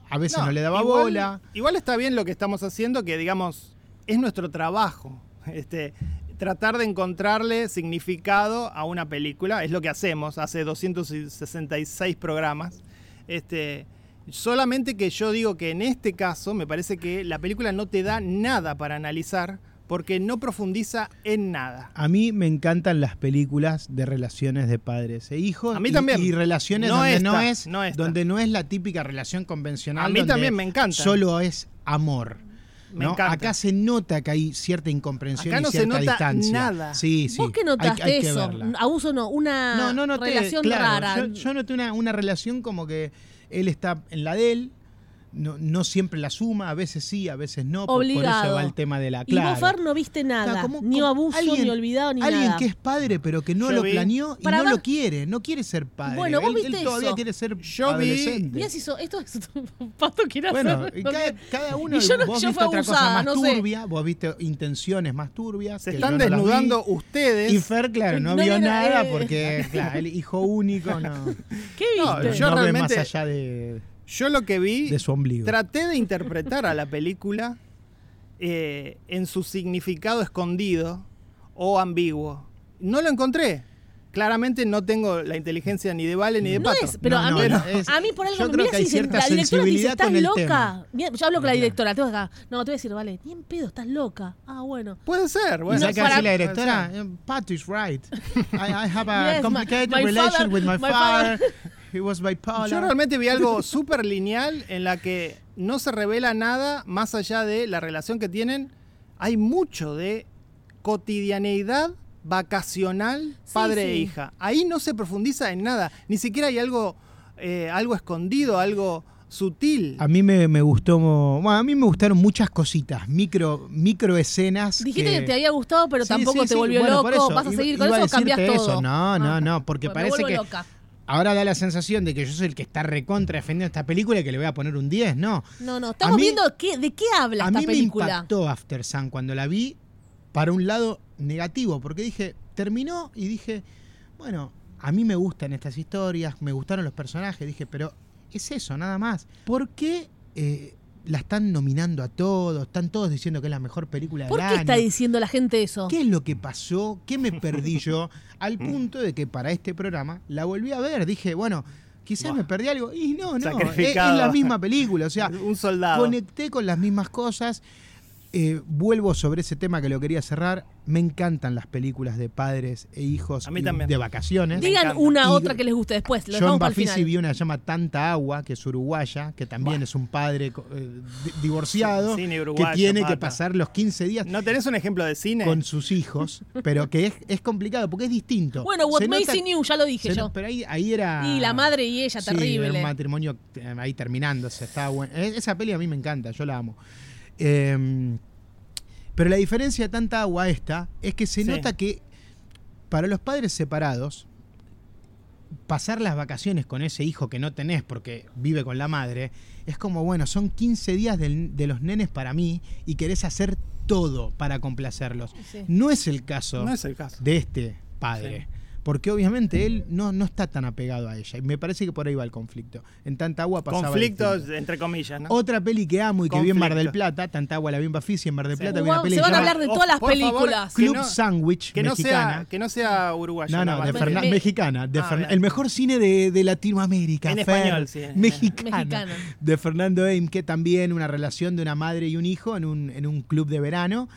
C: a veces no, le daba
A: igual-
C: bola.
A: Igual está bien lo que estamos haciendo, que digamos, es nuestro trabajo. Este, tratar de encontrarle significado a una película, es lo que hacemos hace 266 programas. Este, Solamente que yo digo que en este caso me parece que la película no te da nada para analizar porque no profundiza en nada.
C: A mí me encantan las películas de relaciones de padres e hijos.
A: A mí
C: y-
A: también.
C: Y, relaciones
A: No
C: donde,
A: esta,
C: no es,
A: no esta.
C: donde no es la típica relación convencional.
A: A mí
C: donde
A: también me encanta.
C: Solo es amor.
A: Me
C: ¿no?
A: encanta.
C: Acá se nota que hay cierta incomprensión
A: Acá
C: y
A: no se
C: cierta
A: nota
C: distancia.
A: nada.
C: Sí, sí.
B: ¿Vos qué
C: Hay-
B: notaste
C: hay que
B: eso?
C: verla.
B: Abuso no, una
C: No, no noté,
B: relación
C: claro,
B: rara.
C: Yo, yo noté una, una relación como que él está en la de él, no, no siempre la suma, a veces sí, a veces no. por- Por,
B: Obligado.
C: eso va el tema de la
B: Y vos,
C: claro.
B: Fer, no viste nada.
C: Claro, como-
B: ni
C: como
B: abuso, ni olvidado, ni
C: alguien
B: nada.
C: que es padre, pero que no
A: Yo
C: lo
A: vi-
C: planeó y
B: Para
C: no
B: ver-
C: lo quiere, no quiere ser padre.
B: Bueno, vos
C: él, él
B: viste
C: todavía
B: eso.
C: quiere ser
A: Yo vi-
C: adolescente.
B: Mirá si hizo, esto es Pato quiere
C: Bueno,
B: hacer.
C: y cada, cada uno
B: Y yo no-
C: vos
B: yo
C: viste
B: fui
C: otra cosa
B: abusada,
C: más
B: no sé.
C: turbia, vos viste intenciones más turbias.
A: Se
C: que
A: están
C: yo no las vi.
A: desnudando ustedes.
C: Y Fer, claro, no,
B: No,
C: vio
B: no, no,
C: nada
B: eh.
C: porque, claro, el hijo único no,
B: ¿Qué
A: No,
B: viste?
A: yo
C: no ve más
A: realmente-
C: allá de,
A: Yo lo que vi,
C: de su ombligo.
A: traté de interpretar a la película eh, en su significado escondido o ambiguo. No lo encontré. Claramente no tengo la inteligencia ni de Vale ni de
B: No
A: Pato.
B: es, pero
C: No,
B: a,
C: no,
B: mí,
C: no, es-
B: a mí por algo
C: yo
B: me
C: creo
B: mira si
C: que hay
B: dice-
C: cierta
B: la directora te dice,
C: sensibilidad
B: estás
C: con el
B: loca.
C: tema.
B: Mira, yo hablo con la
C: Mira.
B: directora, tengo acá. No, te voy a decir, vale, ni en pedo, estás loca. Ah, bueno.
A: Puede ser,
C: ¿Y
A: bueno.
C: sabes qué
B: para-
C: hace la
A: puede
C: directora?
A: ser.
C: Eh, Pat is right. I, I have a
B: Yes, my-
C: complicated
B: my
C: relation
B: father-
C: with my,
B: my
C: father.
B: father.
C: He was bipolar.
A: Yo realmente vi algo súper lineal en la que no se revela nada más allá de la relación que tienen. Hay mucho de cotidianeidad vacacional
B: Sí,
A: padre
B: sí.
A: e hija. Ahí no se profundiza en nada. Ni siquiera hay algo, eh, algo escondido, algo sutil.
C: A mí me, me gustó, mo- bueno, a mí me gustaron muchas cositas, micro, micro escenas.
B: Dijiste que te había gustado, pero
C: Sí,
B: tampoco
C: sí,
B: te
C: sí,
B: volvió
C: bueno, por
B: loco.
C: eso.
B: Vas a
C: Iba-
B: seguir con
C: iba a
B: eso o cambias
C: decirte
B: todo. Ah,
C: eso. No, no, no, porque
B: me
C: parece
B: vuelvo
C: que-
B: loca.
C: Ahora da la sensación de que yo soy el que está recontra defendiendo esta película y que le voy a poner un 10, ¿no?
B: No, no,
C: A
B: estamos
C: mí-
B: viendo qué, de qué habla
C: a
B: esta
C: mí
B: película.
C: me impactó After Sun cuando la vi para un lado negativo, porque dije, terminó y dije, bueno, a mí me gustan estas historias, me gustaron los personajes, dije, pero es eso, nada más. ¿Por qué eh, la están nominando a todos? Están todos diciendo que es la mejor película del
B: ¿Por qué
C: año.
B: está diciendo la gente eso?
C: ¿Qué es lo que pasó? ¿Qué me perdí yo? Al punto de que para este programa la volví a ver. Dije, bueno, quizás me perdí algo. Y no, no, es, es la
A: Sacrificado.
C: misma película. O sea,
A: un soldado.
C: conecté con las mismas cosas. Eh, vuelvo sobre ese tema que lo quería cerrar. Me encantan las películas de padres e hijos
A: A mí
C: y
A: también.
C: de vacaciones.
A: me
B: Digan
A: encanta.
B: una
C: Y-
B: otra que les guste después, lo
C: John
B: dejamos para el
C: Bafisi
B: final.
C: vio una que se llama Tanta Agua, que es uruguaya, que también es un padre co- eh, di- divorciado,
A: Cine
C: que
A: uruguayo,
C: tiene que
A: Pato.
C: pasar los 15 días
A: ¿No tenés un ejemplo de cine?
C: con sus hijos, pero que es, es complicado porque es distinto.
B: Bueno, What
C: Se
B: May
C: nota-
B: See New, ya lo dije
C: se no-
B: yo.
C: pero ahí, ahí era.
B: Y la madre y ella,
C: Ah. Sí, era
B: terrible.
C: un matrimonio eh, ahí terminándose. Estaba bueno. Esa peli a mí me encanta, yo la amo. Eh, pero la diferencia de tanta agua a esta es que se
A: Sí.
C: nota que para los padres separados, pasar las vacaciones con ese hijo que no tenés porque vive con la madre, es como, bueno, son 15 días del- de los nenes para mí y querés hacer todo para complacerlos.
B: Sí.
C: No es el caso
A: No es el caso.
C: de este padre.
A: Sí.
C: Porque obviamente él no, no está tan apegado a ella. Y me parece que por ahí va el conflicto. En tanta agua pasaba.
A: Conflictos,
C: distinto.
A: entre comillas, ¿no?
C: Oafter Otra peli que amo y que vi en Mar del
A: Conflicto.
C: Plata, tanta agua la vi en Bafisi, en Mar del
A: Sí.
C: Plata vi
B: Guau,
C: una peli
B: se van a
C: llamada
B: hablar de todas las
A: Por favor,
B: películas.
A: que
C: Club
A: no-
C: Sandwich
A: que, no
C: mexicana.
A: sea, que no sea uruguayo.
C: no, no, de
A: Navarro.
C: Fernan-
B: Me-
C: mexicana, de
A: Ah,
C: Fernan-
A: bien.
C: el mejor cine de, de Latinoamérica.
A: En
C: Fer.
A: español, sí, en-
C: Mexicana.
B: Mexicana.
C: De Fernando Eimke, también una relación de una madre y un hijo en un, en un club de verano.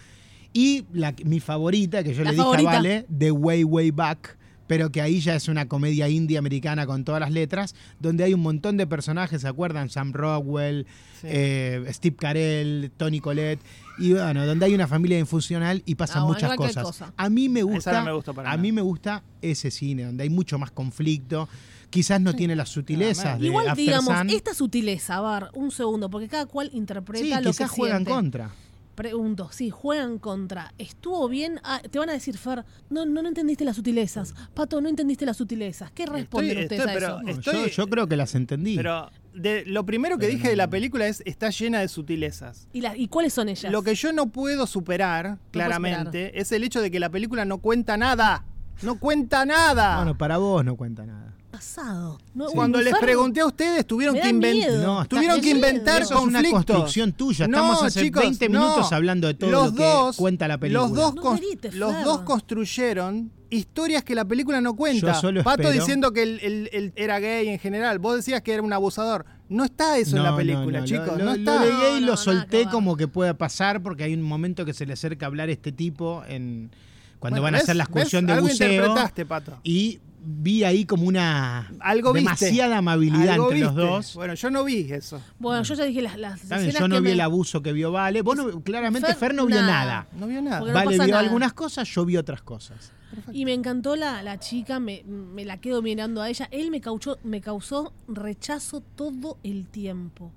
C: Y la, que- mi favorita, que yo
B: La
C: le dije
B: favorita.
C: a Vale, The Way Way Back, pero que ahí ya es una comedia india americana con todas las letras, donde hay un montón de personajes, ¿se acuerdan? Sam Rockwell,
A: Sí.
C: eh, Steve Carell, Tony Collette, y bueno, donde hay una familia infusional y pasan
B: Ah, bueno,
C: muchas
B: cualquier
C: cosas.
B: cosa.
C: A mí me
A: no
C: gusta,
A: me gustó para
C: a
A: nada.
C: mí me gusta ese cine, donde hay mucho más conflicto, quizás no tiene
A: Ah,
C: las sutilezas de
B: Igual
C: After
B: digamos,
C: Sun.
B: esta sutileza, Bar, un segundo, porque cada cual interpreta
C: Sí,
B: lo que
C: quizás juegan
B: siente.
C: contra.
B: Pregunto, sí, juegan contra. ¿Estuvo bien? Ah, te van a decir, Fer, no, no, no entendiste las sutilezas. Pato, no entendiste las sutilezas. ¿Qué responden
A: estoy-
B: ustedes a
A: pero
B: eso?
A: es-
C: No,
A: Estoy-
C: yo, yo creo que las entendí.
A: Pero de, lo primero que
C: Pero
A: dije
C: no.
A: de la película es está llena de sutilezas.
B: ¿Y, las- ¿Y cuáles son ellas?
A: Lo que yo no puedo superar, claramente, es el hecho de que la película no cuenta nada. No cuenta nada.
C: bueno, para vos no cuenta nada.
B: pasado. No,
C: Sí.
A: Cuando les
B: Fer,
A: pregunté a ustedes, tuvieron
B: Me
A: que
B: da
A: inventar.
B: miedo.
C: No, está-
A: Tuvieron que
C: eso-
A: inventar
C: eso es una
A: conflictos.
C: construcción tuya.
A: No,
C: Estamos hace
A: chicos,
C: 20
A: no.
C: minutos hablando de todo
A: Los
C: lo que
A: dos-
C: cuenta la película.
A: Los dos,
B: No
A: cons-
B: grites,
A: los
B: Fer.
A: dos construyeron historias que la película no cuenta.
C: Yo solo
A: Pato
C: espero-
A: diciendo que él, él- él era gay en general. Vos decías que era un abusador. No está eso en la película,
C: no,
A: chicos.
C: Lo,
A: no
C: lo-
A: está.
C: lo de gay
B: No, no,
C: lo
B: nada que
C: solté
B: ver.
C: como que pueda pasar porque hay un momento que se le acerca a hablar este tipo en cuando
A: Bueno,
C: van a
A: ¿ves?
C: hacer la excursión
A: ¿Ves?
C: de
A: Algo
C: buceo.
A: interpretaste, Pato.
C: Y vi ahí como una
A: Algo viste.
C: demasiada amabilidad
A: Algo
C: entre los
A: viste.
C: dos.
A: Bueno, yo no vi eso.
B: Bueno, yo ya dije las, las
C: Está bien,
B: escenas
C: Yo no
B: que
C: vi
B: me-
C: el abuso que vio Vale. Vos no- claramente
B: Fer,
C: Fer, no vio
B: nada.
C: nada.
A: No vio nada.
B: Porque no
C: Vale
B: pasa
C: vio
B: nada.
C: algunas cosas, yo vi otras cosas.
B: Y me encantó la, la chica, me, me la quedo mirando a ella. Él me, cauchó, me causó rechazo todo el tiempo.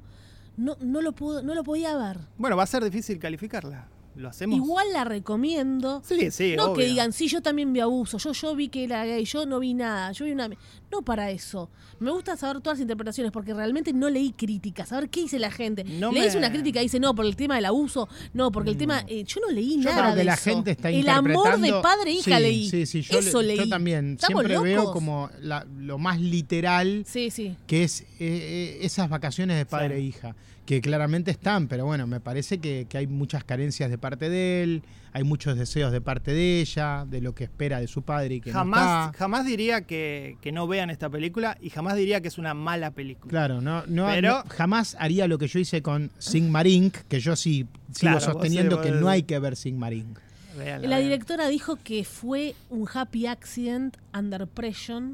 B: No, no, lo pudo, no lo podía ver.
A: Bueno, va a ser difícil calificarla. Lo hacemos.
B: Igual la recomiendo.
A: Sí, sí,
B: no que
A: obvio.
B: digan, sí, yo también vi abuso, yo, yo vi que era gay, yo no vi nada, yo vi una... No para eso. Me gusta saber todas las interpretaciones porque realmente no leí críticas, saber qué dice la gente.
A: No
B: Lees
A: me-
B: una crítica y dice, no, por el tema del abuso, no, porque el tema... eh, yo no leí
C: Yo
B: nada.
C: creo que
B: de
C: la
B: eso.
C: gente está
B: El
C: interpretando...
B: amor de padre e hija
C: Sí,
B: leí.
C: Sí, sí, yo,
B: eso
C: le-
B: leí.
C: yo también.
B: ¿Estamos
C: Siempre veo
B: locos?
C: como la- lo más literal
B: Sí, sí.
C: que es eh, eh, esas vacaciones de padre e hija, que claramente están, pero bueno, me parece que, que hay muchas carencias de parte de él, hay muchos deseos de parte de ella, de lo que espera de su padre y que no
A: jamás,
C: está.
A: jamás diría que, que no vean esta película y jamás diría que es una mala película.
C: Claro, no, no,
A: Pero-
C: no- jamás haría lo que yo hice con Sigmarink, que yo sí sigo
A: Claro, vos
C: sosteniendo
A: sí,
C: que
A: vos-
C: no hay que ver Sigmarink.
A: Véanla,
B: La
A: véanla.
B: directora dijo que fue un happy accident under pressure,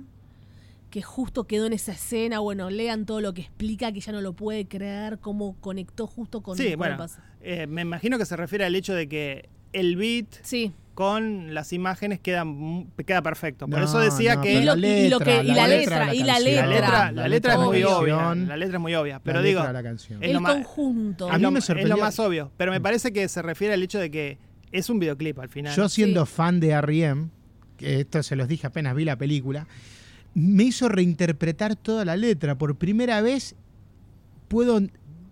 B: que justo quedó en esa escena. Bueno, lean todo lo que explica, que ya no lo puede creer, cómo conectó justo con
A: Sí,
B: con
A: bueno,
B: el pas-
A: eh, me imagino que se refiere al hecho de que el beat
B: Sí,
A: con las imágenes queda, mu- queda perfecto. Por
C: No,
A: eso decía
C: no,
A: que
B: Y lo-
C: pero
A: la,
B: y lo que- y la letra,
C: de
B: y la
C: canción,
B: letra.
A: letra, la
C: de
A: letra es
C: la
A: muy obvia.
C: canción,
A: La letra es muy obvia. Pero
C: la
A: digo,
C: letra de la canción.
A: es
B: el
A: lo ma-
B: conjunto.
A: es
C: mí
A: lo,
C: me
A: ma- es lo
C: sorprendió- Mm.
A: más obvio. Pero me parece que se refiere al hecho de que es un videoclip al final.
C: Yo siendo fan de R.E.M., que esto se los dije apenas vi la película, me hizo reinterpretar toda la letra. Por primera vez puedo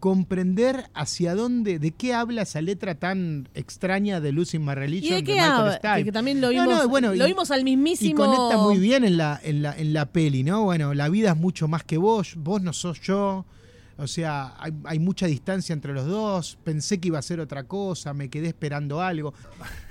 C: comprender hacia dónde, de qué habla esa letra tan extraña de Lucy in My
B: ¿Y
C: Religion
B: de qué
C: Michael
B: habla?
C: Stipe.
B: Que también lo
C: No,
B: vimos,
C: no, bueno,
B: lo
C: y-
B: vimos al
C: Y
B: mismísimo.
C: conecta muy bien en la, en, la, en la peli, ¿no? Bueno, la vida es mucho más que vos, vos no sos yo. O sea, hay, hay mucha distancia entre los dos. Pensé que iba a ser otra cosa, me quedé esperando algo.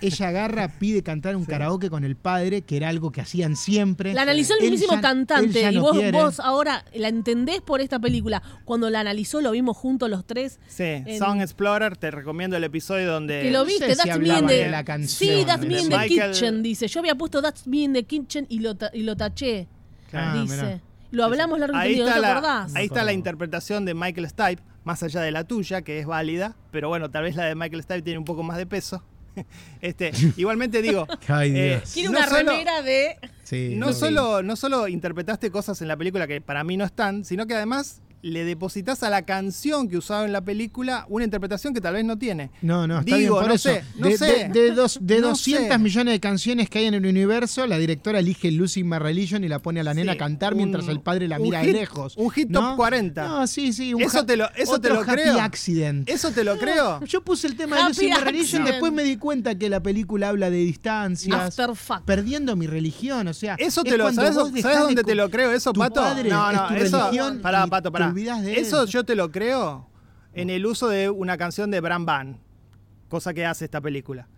C: Ella agarra, pide cantar un karaoke con el padre, que era algo que hacían siempre.
B: La analizó el
C: Él
B: mismísimo
C: ya- él
B: cantante
C: ya
B: y
C: no
B: vos,
C: quiere.
B: vos ahora la entendés por esta película. Cuando la analizó lo vimos juntos los tres.
A: Sí,
B: en-
A: Song Explorer, te recomiendo el episodio donde...
B: Que lo
C: no
B: viste,
C: sé si
B: That's Me in
C: hablaban
B: the,
C: de la canción,
B: Sí, That's Me
A: de
B: in the
A: Michael-
B: Kitchen, dice. Yo había puesto That's Me in the Kitchen y lo, ta- y lo taché,
C: Ah,
B: dice.
C: mirá.
B: Lo hablamos largo y
A: Ahí
B: tendido, ¿no
A: está,
B: te
A: la,
B: acordás?
A: ahí está
C: No.
A: la interpretación de Michael Stipe, más allá de la tuya, que es válida, pero bueno, tal vez la de Michael Stipe tiene un poco más de peso. Este, igualmente digo,
C: Ay,
A: eh,
C: Dios.
B: Quiere
A: no
B: una
A: solo-
B: remera de...
C: Sí,
A: no
C: lo vi.
A: solo, no solo interpretaste cosas en la película que para mí no están, sino que además le depositas a la canción que usaba en la película una interpretación que tal vez no tiene.
C: No, no, está
A: Digo,
C: bien, por
A: no
C: eso.
A: sé, no
C: de,
A: sé.
C: de- de dos- de
A: No
C: 200
A: sé.
C: millones de canciones que hay en el universo, la directora elige Lucy in My Religion y la pone a la nena
A: Sí,
C: a cantar
A: un-
C: mientras el padre la
A: un
C: mira
A: hit-
C: de lejos.
A: un hit
C: ¿no?
A: top 40.
C: No, sí, sí. un
A: Eso
C: ha-
A: te lo- eso te
C: otro
A: lo
C: happy
A: creo.
C: accident.
A: ¿Eso te lo creo?
C: Yo puse el tema de
B: Happy
C: Lucy in My Religion,
B: accident.
C: después me di cuenta que la película habla de distancias.
B: After fuck.
C: Perdiendo mi religión, o sea.
A: Eso
C: es
A: te lo
C: cuando
A: ¿sabes,
C: vos
A: ¿sabes
C: dejás de
A: dónde
C: cu-
A: te lo creo eso,
C: tu
A: Pato?
C: padre
A: no,
C: es
A: no,
C: tu
A: eso
C: religión
A: pará,
C: y
A: Pato, pará.
C: Te olvidás de él.
A: Eso yo te lo creo en el uso de una canción de Bram Van, cosa que hace esta película.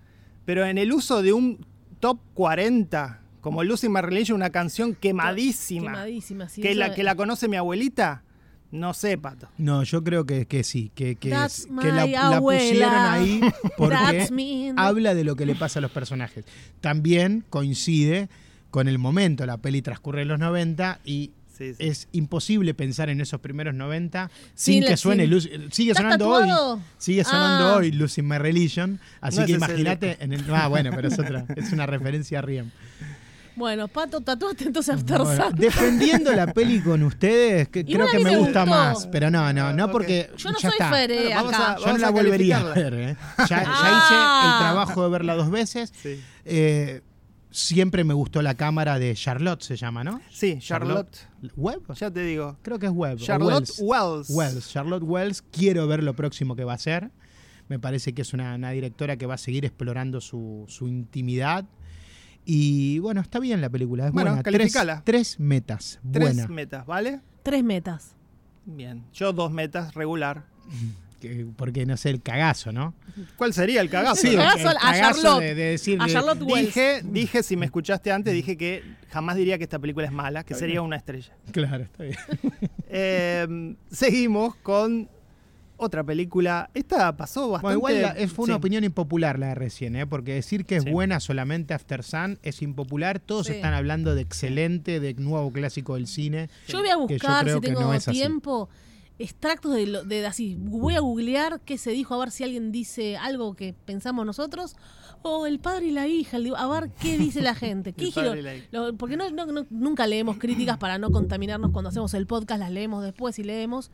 A: Pero en el uso de un top 40 como Lucy in My Religion, una canción quemadísima,
B: Quemadísima, sí,
A: que
B: eso
A: la
B: es-
A: que la conoce mi abuelita, no sé, Pato.
C: No, yo creo que, que sí, que, que,
B: That's
C: que la,
B: my
C: la pusieron
B: abuela.
C: ahí
B: That's
C: porque
B: me.
C: habla de lo que le pasa a los personajes. También coincide con el momento, la peli transcurre en los 90 y
A: Sí, sí.
C: es imposible pensar en esos primeros 90
B: Sin
C: sin,
B: la-
C: que suene
B: sin-
C: Lucy- sigue
B: ¿Estás
C: sonando
B: tatuado?
C: hoy. Sigue sonando
B: Ah.
C: hoy Lucy in My Religion, así
A: No
C: que
A: es ese
C: imagínate en el Ah, bueno, pero es otra, es una referencia a Riem.
B: Bueno, Pato, tatuaste entonces After
C: Bueno,
B: Sun.
C: defendiendo la peli con ustedes, que
B: Igual
C: creo
B: a
C: que
B: mí
C: me
B: me
C: gusta
B: gustó.
C: más, pero no, no, no
A: Ah, ok.
C: porque
B: Yo no
C: ya
B: soy
C: está.
B: Fer, eh,
A: Bueno, Ah, vamos
B: acá.
A: a-
C: Yo no la volvería a ver. ¿eh? Ya, ya hice
B: Ah.
C: el trabajo de verla dos veces.
A: Sí.
C: Eh, siempre me gustó la cámara de Charlotte, se llama, ¿no?
A: Sí, Charlotte,
C: Webb.
A: ya te digo.
C: Creo que es Webb. o
A: Charlotte
C: Wells.
A: Wells.
C: Wells, Charlotte Wells, quiero ver lo próximo que va a hacer. Me parece que es una, una directora que va a seguir explorando su, su intimidad. Y bueno, está bien la película. Es
A: Bueno,
C: buena. Tres,
A: calificala.
C: tres metas.
A: Tres
C: Buena.
A: metas, ¿vale?
B: Tres metas.
A: Bien. Yo dos metas, regular.
C: que- porque no sé, el cagazo, ¿no?
A: ¿Cuál sería el cagazo?
C: Sí,
A: no?
B: cagazo
C: el
B: a Charlotte.
C: de, de decir,
B: A Charlotte Wells.
A: Dije, dije, si me escuchaste antes, dije que jamás diría que esta película es mala, que sería una estrella.
C: Claro, está bien.
A: Eh, seguimos con otra película. Esta pasó bastante.
C: Bueno, igual la- es- fue una
A: sí.
C: opinión impopular la de recién, ¿eh? porque decir que es
A: Sí.
C: buena solamente After Sun es impopular. Todos
B: Sí.
C: están hablando de excelente, de nuevo clásico del cine.
B: Yo voy a
C: que yo
B: buscar,
C: creo
B: si
C: que
B: tengo
C: no es así.
B: tiempo, extractos de, lo- de así. Voy a googlear qué se dijo, a ver si alguien dice algo que pensamos nosotros. O el padre y la hija, el div- a ver qué dice la gente. ¿Qué
A: El padre
B: dijeron?
A: y la hija.
B: Lo- porque no, no- no- nunca leemos críticas para no contaminarnos cuando hacemos el podcast, las leemos después y leemos.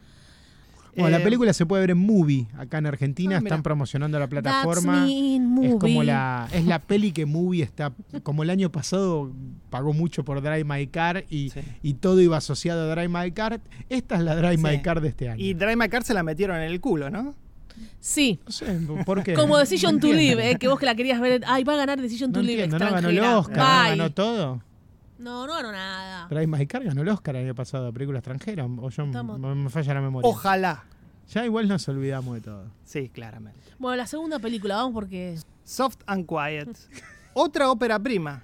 C: Bueno,
A: Eh,
C: la película se puede ver en Movie, acá en Argentina,
A: Ah, mirá.
C: están promocionando la
B: That's
C: plataforma.
B: me in
C: Es como
B: movie.
C: la, es la peli que Movie está, como el año pasado pagó mucho por Drive My Car y,
A: Sí.
C: y todo iba asociado a Drive My Car. Esta es la Drive My
A: Sí.
C: Car de este año.
A: Y Drive My Car se la metieron en el culo, ¿no?
B: Sí.
C: no sé, ¿por qué?
B: Como
C: Eh, No
B: Decision to
C: entiendo.
B: Live, eh, que vos que la querías ver. Ay, va a ganar Decision
C: No
B: to Live
C: entiendo, no ganó el
B: extranjera.
C: Oscar, no
B: Bye.
C: ganó todo.
B: no, no ganó nada.
C: Drive My Car ganó el Oscar el año pasado, película extranjera. O yo
B: Estamos-
C: me, me falla la memoria.
A: Ojalá.
C: Ya igual nos olvidamos de todo.
A: Sí, claramente.
B: Bueno, la segunda película, vamos porque.
A: Soft and Quiet. Otra ópera prima.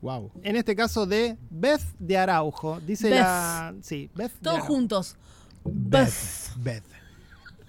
C: Wow.
A: En este caso de Beth de Araujo. Dice
B: Beth.
A: la. Sí, Beth. de
B: Todos
A: Araujo.
B: juntos. Buzz.
C: Beth.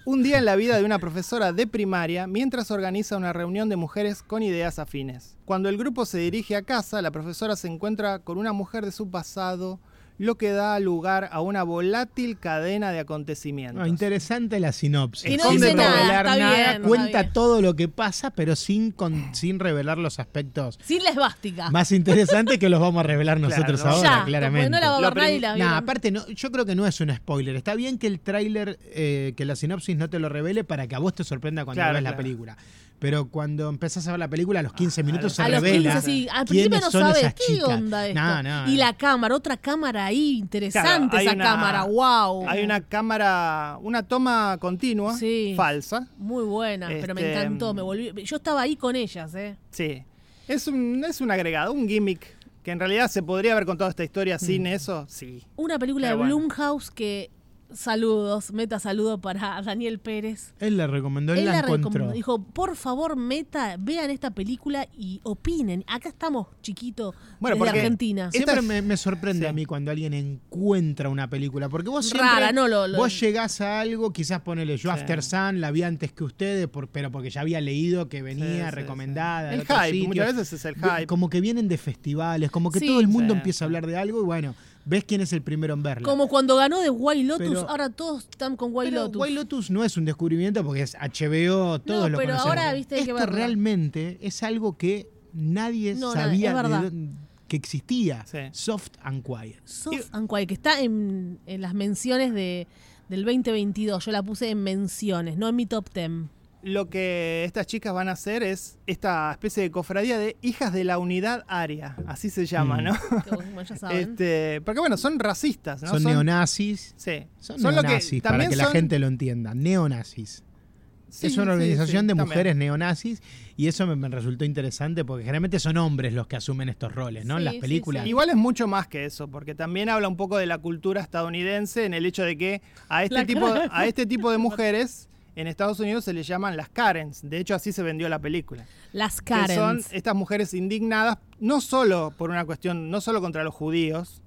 A: Un día en la vida de una profesora de primaria mientras organiza una reunión de mujeres con ideas afines. Cuando el grupo se dirige a casa, la profesora se encuentra con una mujer de su pasado, lo que da lugar a una volátil cadena de acontecimientos.
C: No, interesante la sinopsis.
B: Y no
C: sin
A: dice nada,
C: revelar
B: está
C: nada,
B: bien, está
C: cuenta
B: bien.
C: todo lo que pasa, pero sin, con- sin revelar los aspectos
B: Sin la esvástica.
C: más interesantes que los vamos a revelar nosotros
A: Claro,
C: ahora,
B: ya, porque
C: claramente.
B: no la va a
A: Lo
B: ver nadie
A: prim-
B: la
C: Nah,
B: vieron.
C: aparte, no, yo creo que no es un spoiler. Está bien que el tráiler, eh, que la sinopsis no te lo revele para que a vos te sorprenda cuando
A: Claro,
C: ves la
A: claro. Ah,
C: película. Pero cuando empezás a ver la película, a los 15 minutos se
B: a los
C: revela.
B: 15, sí. Al
C: quiénes
B: principio no
C: son
B: sabes
C: esas
B: qué
C: chicas.
B: onda esto.
C: No, no,
B: y
C: no.
B: la cámara, otra cámara ahí, interesante
A: Claro, hay
B: esa
A: una-
B: cámara, wow.
A: Hay una cámara, una toma continua,
B: Sí.
A: falsa.
B: Muy buena, pero me
A: Este,
B: encantó, me volví. Yo estaba ahí con ellas, eh.
A: Sí. Es un, es un agregado, un gimmick. Que en realidad se podría haber contado esta historia
C: Mm.
A: sin eso. Sí.
B: Una película
A: Pero
B: de
A: bueno.
B: Blumhouse que saludos, meta saludo para Daniel Pérez.
C: Él la recomendó, él,
B: Él
C: la
B: la recomendó,
C: encontró.
B: dijo, por favor, meta, vean esta película y opinen. Acá estamos, chiquito,
A: Bueno,
B: desde
A: porque-
B: Argentina.
A: Eh,
C: Siempre
A: Esta-
C: me, me sorprende
A: Sí.
C: a mí cuando alguien encuentra una película, porque vos siempre
B: Rara, no, lo- lo-
C: vos llegás a algo, quizás ponele yo
A: Sí.
C: After Sun, la vi antes que ustedes, por- pero porque ya había leído que venía
A: sí, sí.
C: recomendada. de
A: El
C: otro
A: hype,
C: sitio.
A: muchas veces es el hype.
C: Como que vienen de festivales, como que
B: Sí.
C: todo el mundo
A: Sí.
C: empieza a hablar de algo y bueno, ves quién es el primero en verla.
B: Como cuando ganó de Wild Lotus,
C: Pero-
B: ahora todos están con Wild
C: Pero
B: Lotus.
C: White Lotus no es un descubrimiento porque es HBO, todos
B: No,
C: lo
B: pero
C: conocemos.
B: ahora, viste, hay que
C: Esto
B: verlo.
C: realmente es algo que nadie
B: No, nadie,
C: sabía
B: es
C: de
B: verdad.
C: dónde- que existía.
A: Sí.
C: Soft and Quiet.
B: Soft and Quiet, que está en, en las menciones de, del 2022. Yo la puse en menciones, no en mi top 10.
A: Lo que estas chicas van a hacer es esta especie de cofradía de hijas de la unidad área. Así se llama,
C: Mm.
A: ¿no?
B: Que, bueno, ya saben.
A: Este, porque bueno, son racistas, ¿no?
C: Son, neonazis.
A: Sí.
C: Son, neonazis, para que la
A: son-
C: gente lo entienda. Neonazis.
A: Sí,
C: es una
A: sí, sí,
C: organización de
A: también.
C: mujeres neonazis y eso me, me resultó interesante porque generalmente son hombres los que asumen estos roles, ¿no?
B: Sí,
C: En las
B: sí,
C: películas.
B: sí.
A: Igual es mucho más que eso, porque también habla un poco de la cultura estadounidense en el hecho de que a este,
B: La
A: tipo,
B: cara.
A: a este tipo de mujeres en Estados Unidos se les llaman las Karens. De hecho, así se vendió la película.
B: Las
A: Que son
B: Karens.
A: estas mujeres indignadas, no solo por una cuestión, no solo contra los judíos,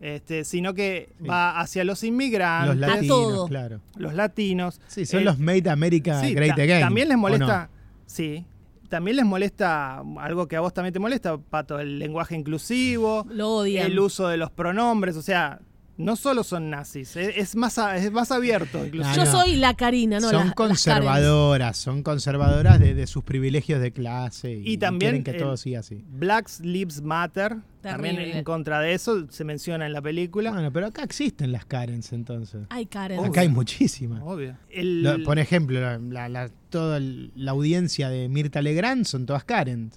A: este, sino que
C: Sí.
A: va hacia los inmigrantes,
C: Los
A: los,
C: latinos,
B: todo.
C: claro.
A: latinos.
C: Sí, son
A: Eh,
C: los Made America
A: sí,
C: Great
A: ta-
C: Again.
A: También les
C: ¿o no?
A: molesta, sí, también les molesta algo que a vos también te molesta, Pato, el lenguaje inclusivo,
B: Lo odian.
A: el uso de los pronombres, o sea, no solo son nazis, es, es más, a- es más abierto inclusive.
C: Ah,
B: Yo
C: no.
B: soy la Karina, no
C: son
B: las- las Karens.
C: conservadoras, son conservadoras de, de sus privilegios de clase y,
A: Y también
C: quieren que
A: el-
C: todo siga así.
A: Black Lives Matter, también
B: Terrible.
A: en contra de eso, se menciona en la película.
C: Bueno, pero acá existen las Karens entonces.
B: Ay, Karen.
A: Obvio.
C: Acá hay muchísimas.
A: Obvio. El-
C: Lo- por ejemplo, la, la- la- toda el- la audiencia de Mirta Legrand son todas Karen.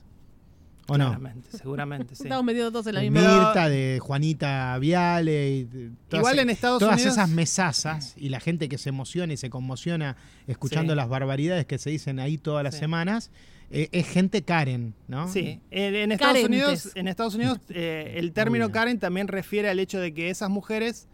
C: ¿O no?
A: Claramente, seguramente, sí.
B: Estamos metidos todos en la
C: De
B: misma.
C: Mirta, de Juanita Viale. y de- todas
A: Igual
C: esas-
A: en Estados
C: todas
A: Unidos-
C: esas mesazas y la gente que se emociona y se conmociona escuchando
A: Sí.
C: las barbaridades que se dicen ahí todas las
A: Sí.
C: semanas, eh, es gente Karen, ¿no?
A: Sí, en, en Estados
B: Carentes.
A: Unidos, en Estados Unidos eh, el término
C: bien.
A: Karen también refiere al hecho de que esas mujeres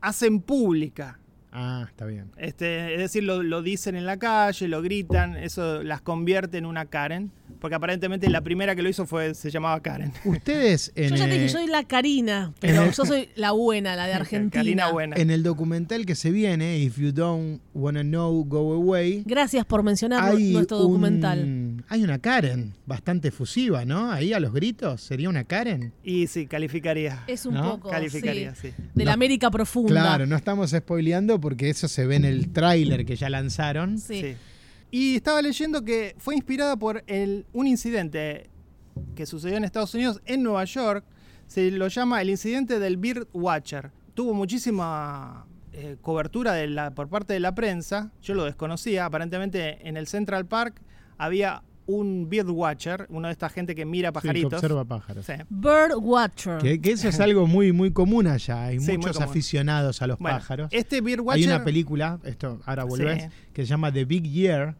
A: hacen pública
C: Ah, está bien.
A: Este, es decir, lo, lo dicen en la calle, lo gritan, eso las convierte en una Karen, porque aparentemente la primera que lo hizo fue se llamaba Karen.
C: Ustedes en,
B: Yo ya te
C: eh,
B: dije, yo soy la Karina, pero yo soy la buena, la de Argentina.
A: Karina Buena.
C: en el documental que se viene, If You Don't Wanna Know, Go Away,
B: Gracias por mencionar
C: hay,
B: nuestro
C: un-
B: documental.
C: hay una Karen bastante efusiva, ¿no? Ahí a los gritos, ¿sería una Karen?
A: Y sí, calificaría.
B: Es un
C: ¿No?
B: poco
A: Calificaría,
B: sí,
A: sí.
B: de la
C: No.
B: América profunda.
C: Claro, no estamos spoileando porque eso se ve en el tráiler que ya lanzaron.
B: Sí.
A: Sí. Y estaba leyendo que fue inspirada por el, un incidente que sucedió en Estados Unidos, en Nueva York. Se lo llama el incidente del Bird Watcher. Tuvo muchísima eh, cobertura de la, por parte de la prensa. Yo lo desconocía. Aparentemente en el Central Park había un Bird Watcher, uno de esta gente que mira
C: Sí, que
A: pajaritos.
C: observa pájaros.
A: Sí.
B: Bird Watcher.
C: Que, que eso es algo muy, muy común allá. Hay
A: Sí, muy
C: muchos
A: común.
C: aficionados a los
A: Bueno,
C: pájaros.
A: este Bird
C: Hay
A: Watcher.
C: una película, esto ahora volvés,
A: Sí.
C: que se llama The Big Year,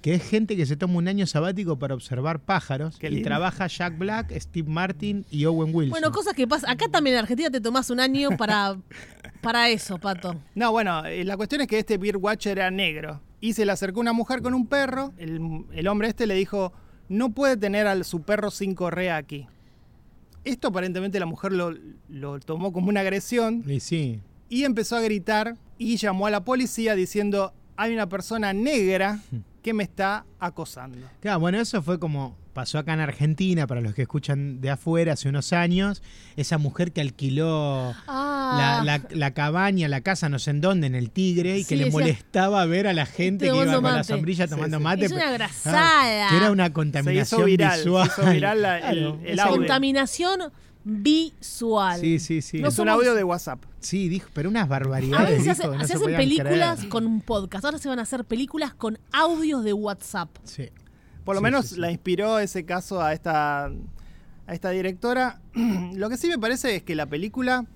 C: que es gente que se toma un año sabático para observar pájaros
A: Qué
C: y
A: lindo.
C: trabaja Jack Black, Steve Martin y Owen Wilson.
B: Bueno, cosas que pasan. Acá también en Argentina te tomás un año para, para eso, Pato.
A: No, bueno, eh, la cuestión es que este Beer Watcher era negro. Y se le acercó una mujer con un perro. El, el hombre este le dijo, no puede tener a su perro sin correa aquí. Esto aparentemente la mujer lo, lo tomó como una agresión
C: Y sí,
A: y empezó a gritar y llamó a la policía diciendo, hay una persona negra que me está acosando.
C: Claro, bueno, eso fue como pasó acá en Argentina, para los que escuchan de afuera, hace unos años, esa mujer que alquiló
B: Ah,
C: la, la- la cabaña, la casa, no sé en dónde, en el Tigre, y
B: Sí,
C: que le
B: decía,
C: molestaba ver a la gente que iba
B: tomando
C: con la
B: mate.
C: sombrilla
A: Sí,
C: tomando
A: sí.
C: mate.
B: Es una
C: pero- ah,
B: grasada.
C: que era una
A: Se hizo
C: contaminación
A: viral, se
C: visual.
A: hizo viral la-
C: Claro,
A: el, el
C: es
A: audio.
B: contaminación visual.
C: Sí, sí, sí.
B: No
A: es un
B: somos-
A: audio de WhatsApp.
C: Sí, dijo, pero unas
B: A
C: barbaridades.
B: veces se, hace-
C: dijo, que no
B: se
C: se
B: hacen
C: podían
B: películas
C: creer.
B: con un podcast. Ahora se van a hacer películas con audios de WhatsApp.
C: Sí.
A: Por lo
C: Sí,
A: menos
C: sí, sí.
A: la inspiró ese caso a esta, a esta directora. lo que sí me parece es que la película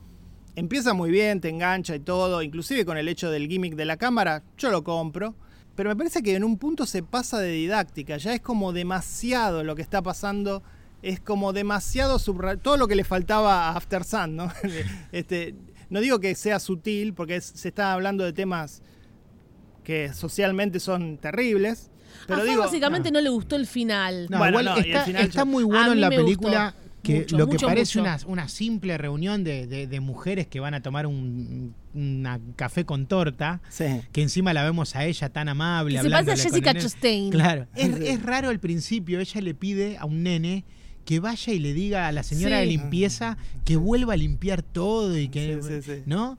A: empieza muy bien, te engancha y todo, inclusive con el hecho del gimmick de la cámara, yo lo compro. Pero me parece que en un punto se pasa de didáctica, ya es como demasiado lo que está pasando, es como demasiado subra- todo lo que le faltaba a After Sun, ¿no? este, no digo que sea sutil, porque es- se está hablando de temas que socialmente son terribles. Pero
B: a Fer
A: digo,
B: básicamente no. le gustó el final.
C: No,
A: Bueno,
C: igual
A: no, y al
C: está,
A: final
C: está
A: yo-
C: muy
B: A
C: bueno
B: mí
C: en la
B: me
C: película
B: gustó.
C: que
B: Mucho,
C: lo que
B: mucho,
C: parece
B: mucho.
C: Una, una simple reunión de, de- de mujeres que van a tomar un una café con torta,
A: sí.
C: que encima la vemos a ella tan amable.
B: Que se parece a
C: hablándole con
B: Jessica
C: el nene.
B: Chastain.
C: Claro. Es,
A: Sí.
C: es raro al principio, ella le pide a un nene que vaya y le diga a la señora
B: Sí.
C: de limpieza que vuelva a limpiar todo y que...
A: Sí, sí, sí.
C: ¿No?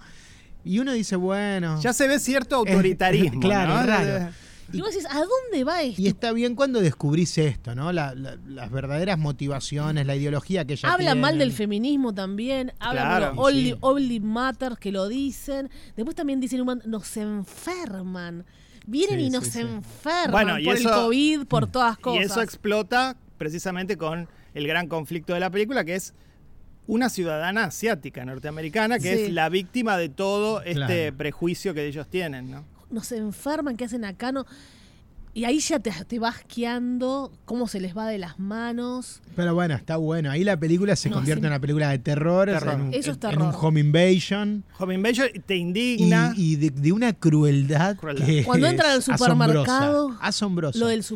C: Y uno dice, bueno...
A: Ya se ve cierto autoritarismo.
C: Claro,
A: ¿no?
C: raro.
B: Y vos decís, ¿a dónde va esto?
C: Y está bien cuando descubrís esto, ¿no? La- la- las verdaderas motivaciones, la ideología que ella
B: Hablan mal del
C: tienen.
B: feminismo también, hablan
A: Claro.
B: de los only,
C: Sí.
B: only matters que lo dicen. Después también dicen, human- nos enferman. Vienen
C: Sí,
B: y nos
C: sí, Mm. sí.
B: enferman
A: Bueno, y
B: por el
A: eso-
B: COVID, por todas
A: Y
B: cosas.
A: eso explota precisamente con el gran conflicto de la película, que es una ciudadana asiática norteamericana que
B: Sí.
A: es la víctima de todo este
C: Claro.
A: prejuicio que ellos tienen, ¿no?
B: nos enferman, ¿qué hacen acá? No. Y ahí ya te, te vas guiando cómo se les va de las manos.
C: Pero bueno, está bueno. Ahí la película se
B: No,
C: convierte
B: sí.
C: en una película de terror, o sea,
A: Terror.
C: En, un,
B: Eso es
C: en- en
B: terror.
C: un home invasion.
A: Home Invasion te
C: Y,
A: indigna.
C: y de, de una crueldad.
A: Crueldad.
C: que
B: Cuando
C: es
B: entran al supermercado,
C: Asombrosa. asombrosa.
B: Lo del
C: Sí, sí, sí,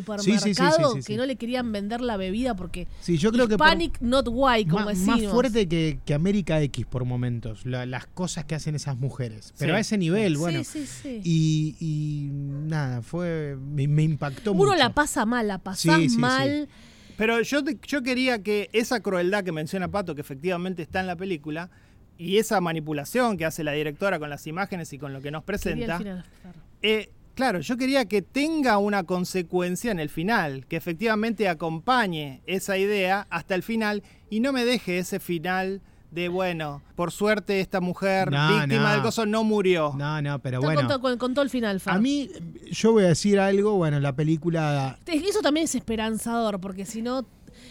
B: supermercado,
C: sí, sí, sí,
B: que no le querían vender la bebida porque
C: Sí, yo creo que por-
B: Hispanic not white, como
C: ma- más,
B: decimos.
C: fuerte que, que América X por momentos, la- las cosas que hacen esas mujeres. Pero
A: Sí.
C: a ese nivel, bueno.
B: sí, sí, sí.
C: Y, y nada, fue me, me impactó
B: Uno
C: mucho.
B: la pasa mal, la pasás
C: Sí, sí, sí.
B: mal.
A: Pero yo, te- yo quería que esa crueldad que menciona Pato, que efectivamente está en la película, y esa manipulación que hace la directora con las imágenes y con lo que nos
B: Qué bien
A: presenta,
B: final, Fer.
A: Eh, claro, yo quería que tenga una consecuencia en el final, que efectivamente acompañe esa idea hasta el final y no me deje ese final de, bueno, por suerte esta mujer
C: No,
A: víctima
C: no.
A: del coso no murió.
C: No, no, pero
B: Está
C: bueno.
B: contó- con- contó el final, Fer.
C: A mí, yo voy a decir algo, bueno, la película...
B: Es que Eso también es esperanzador, porque si no,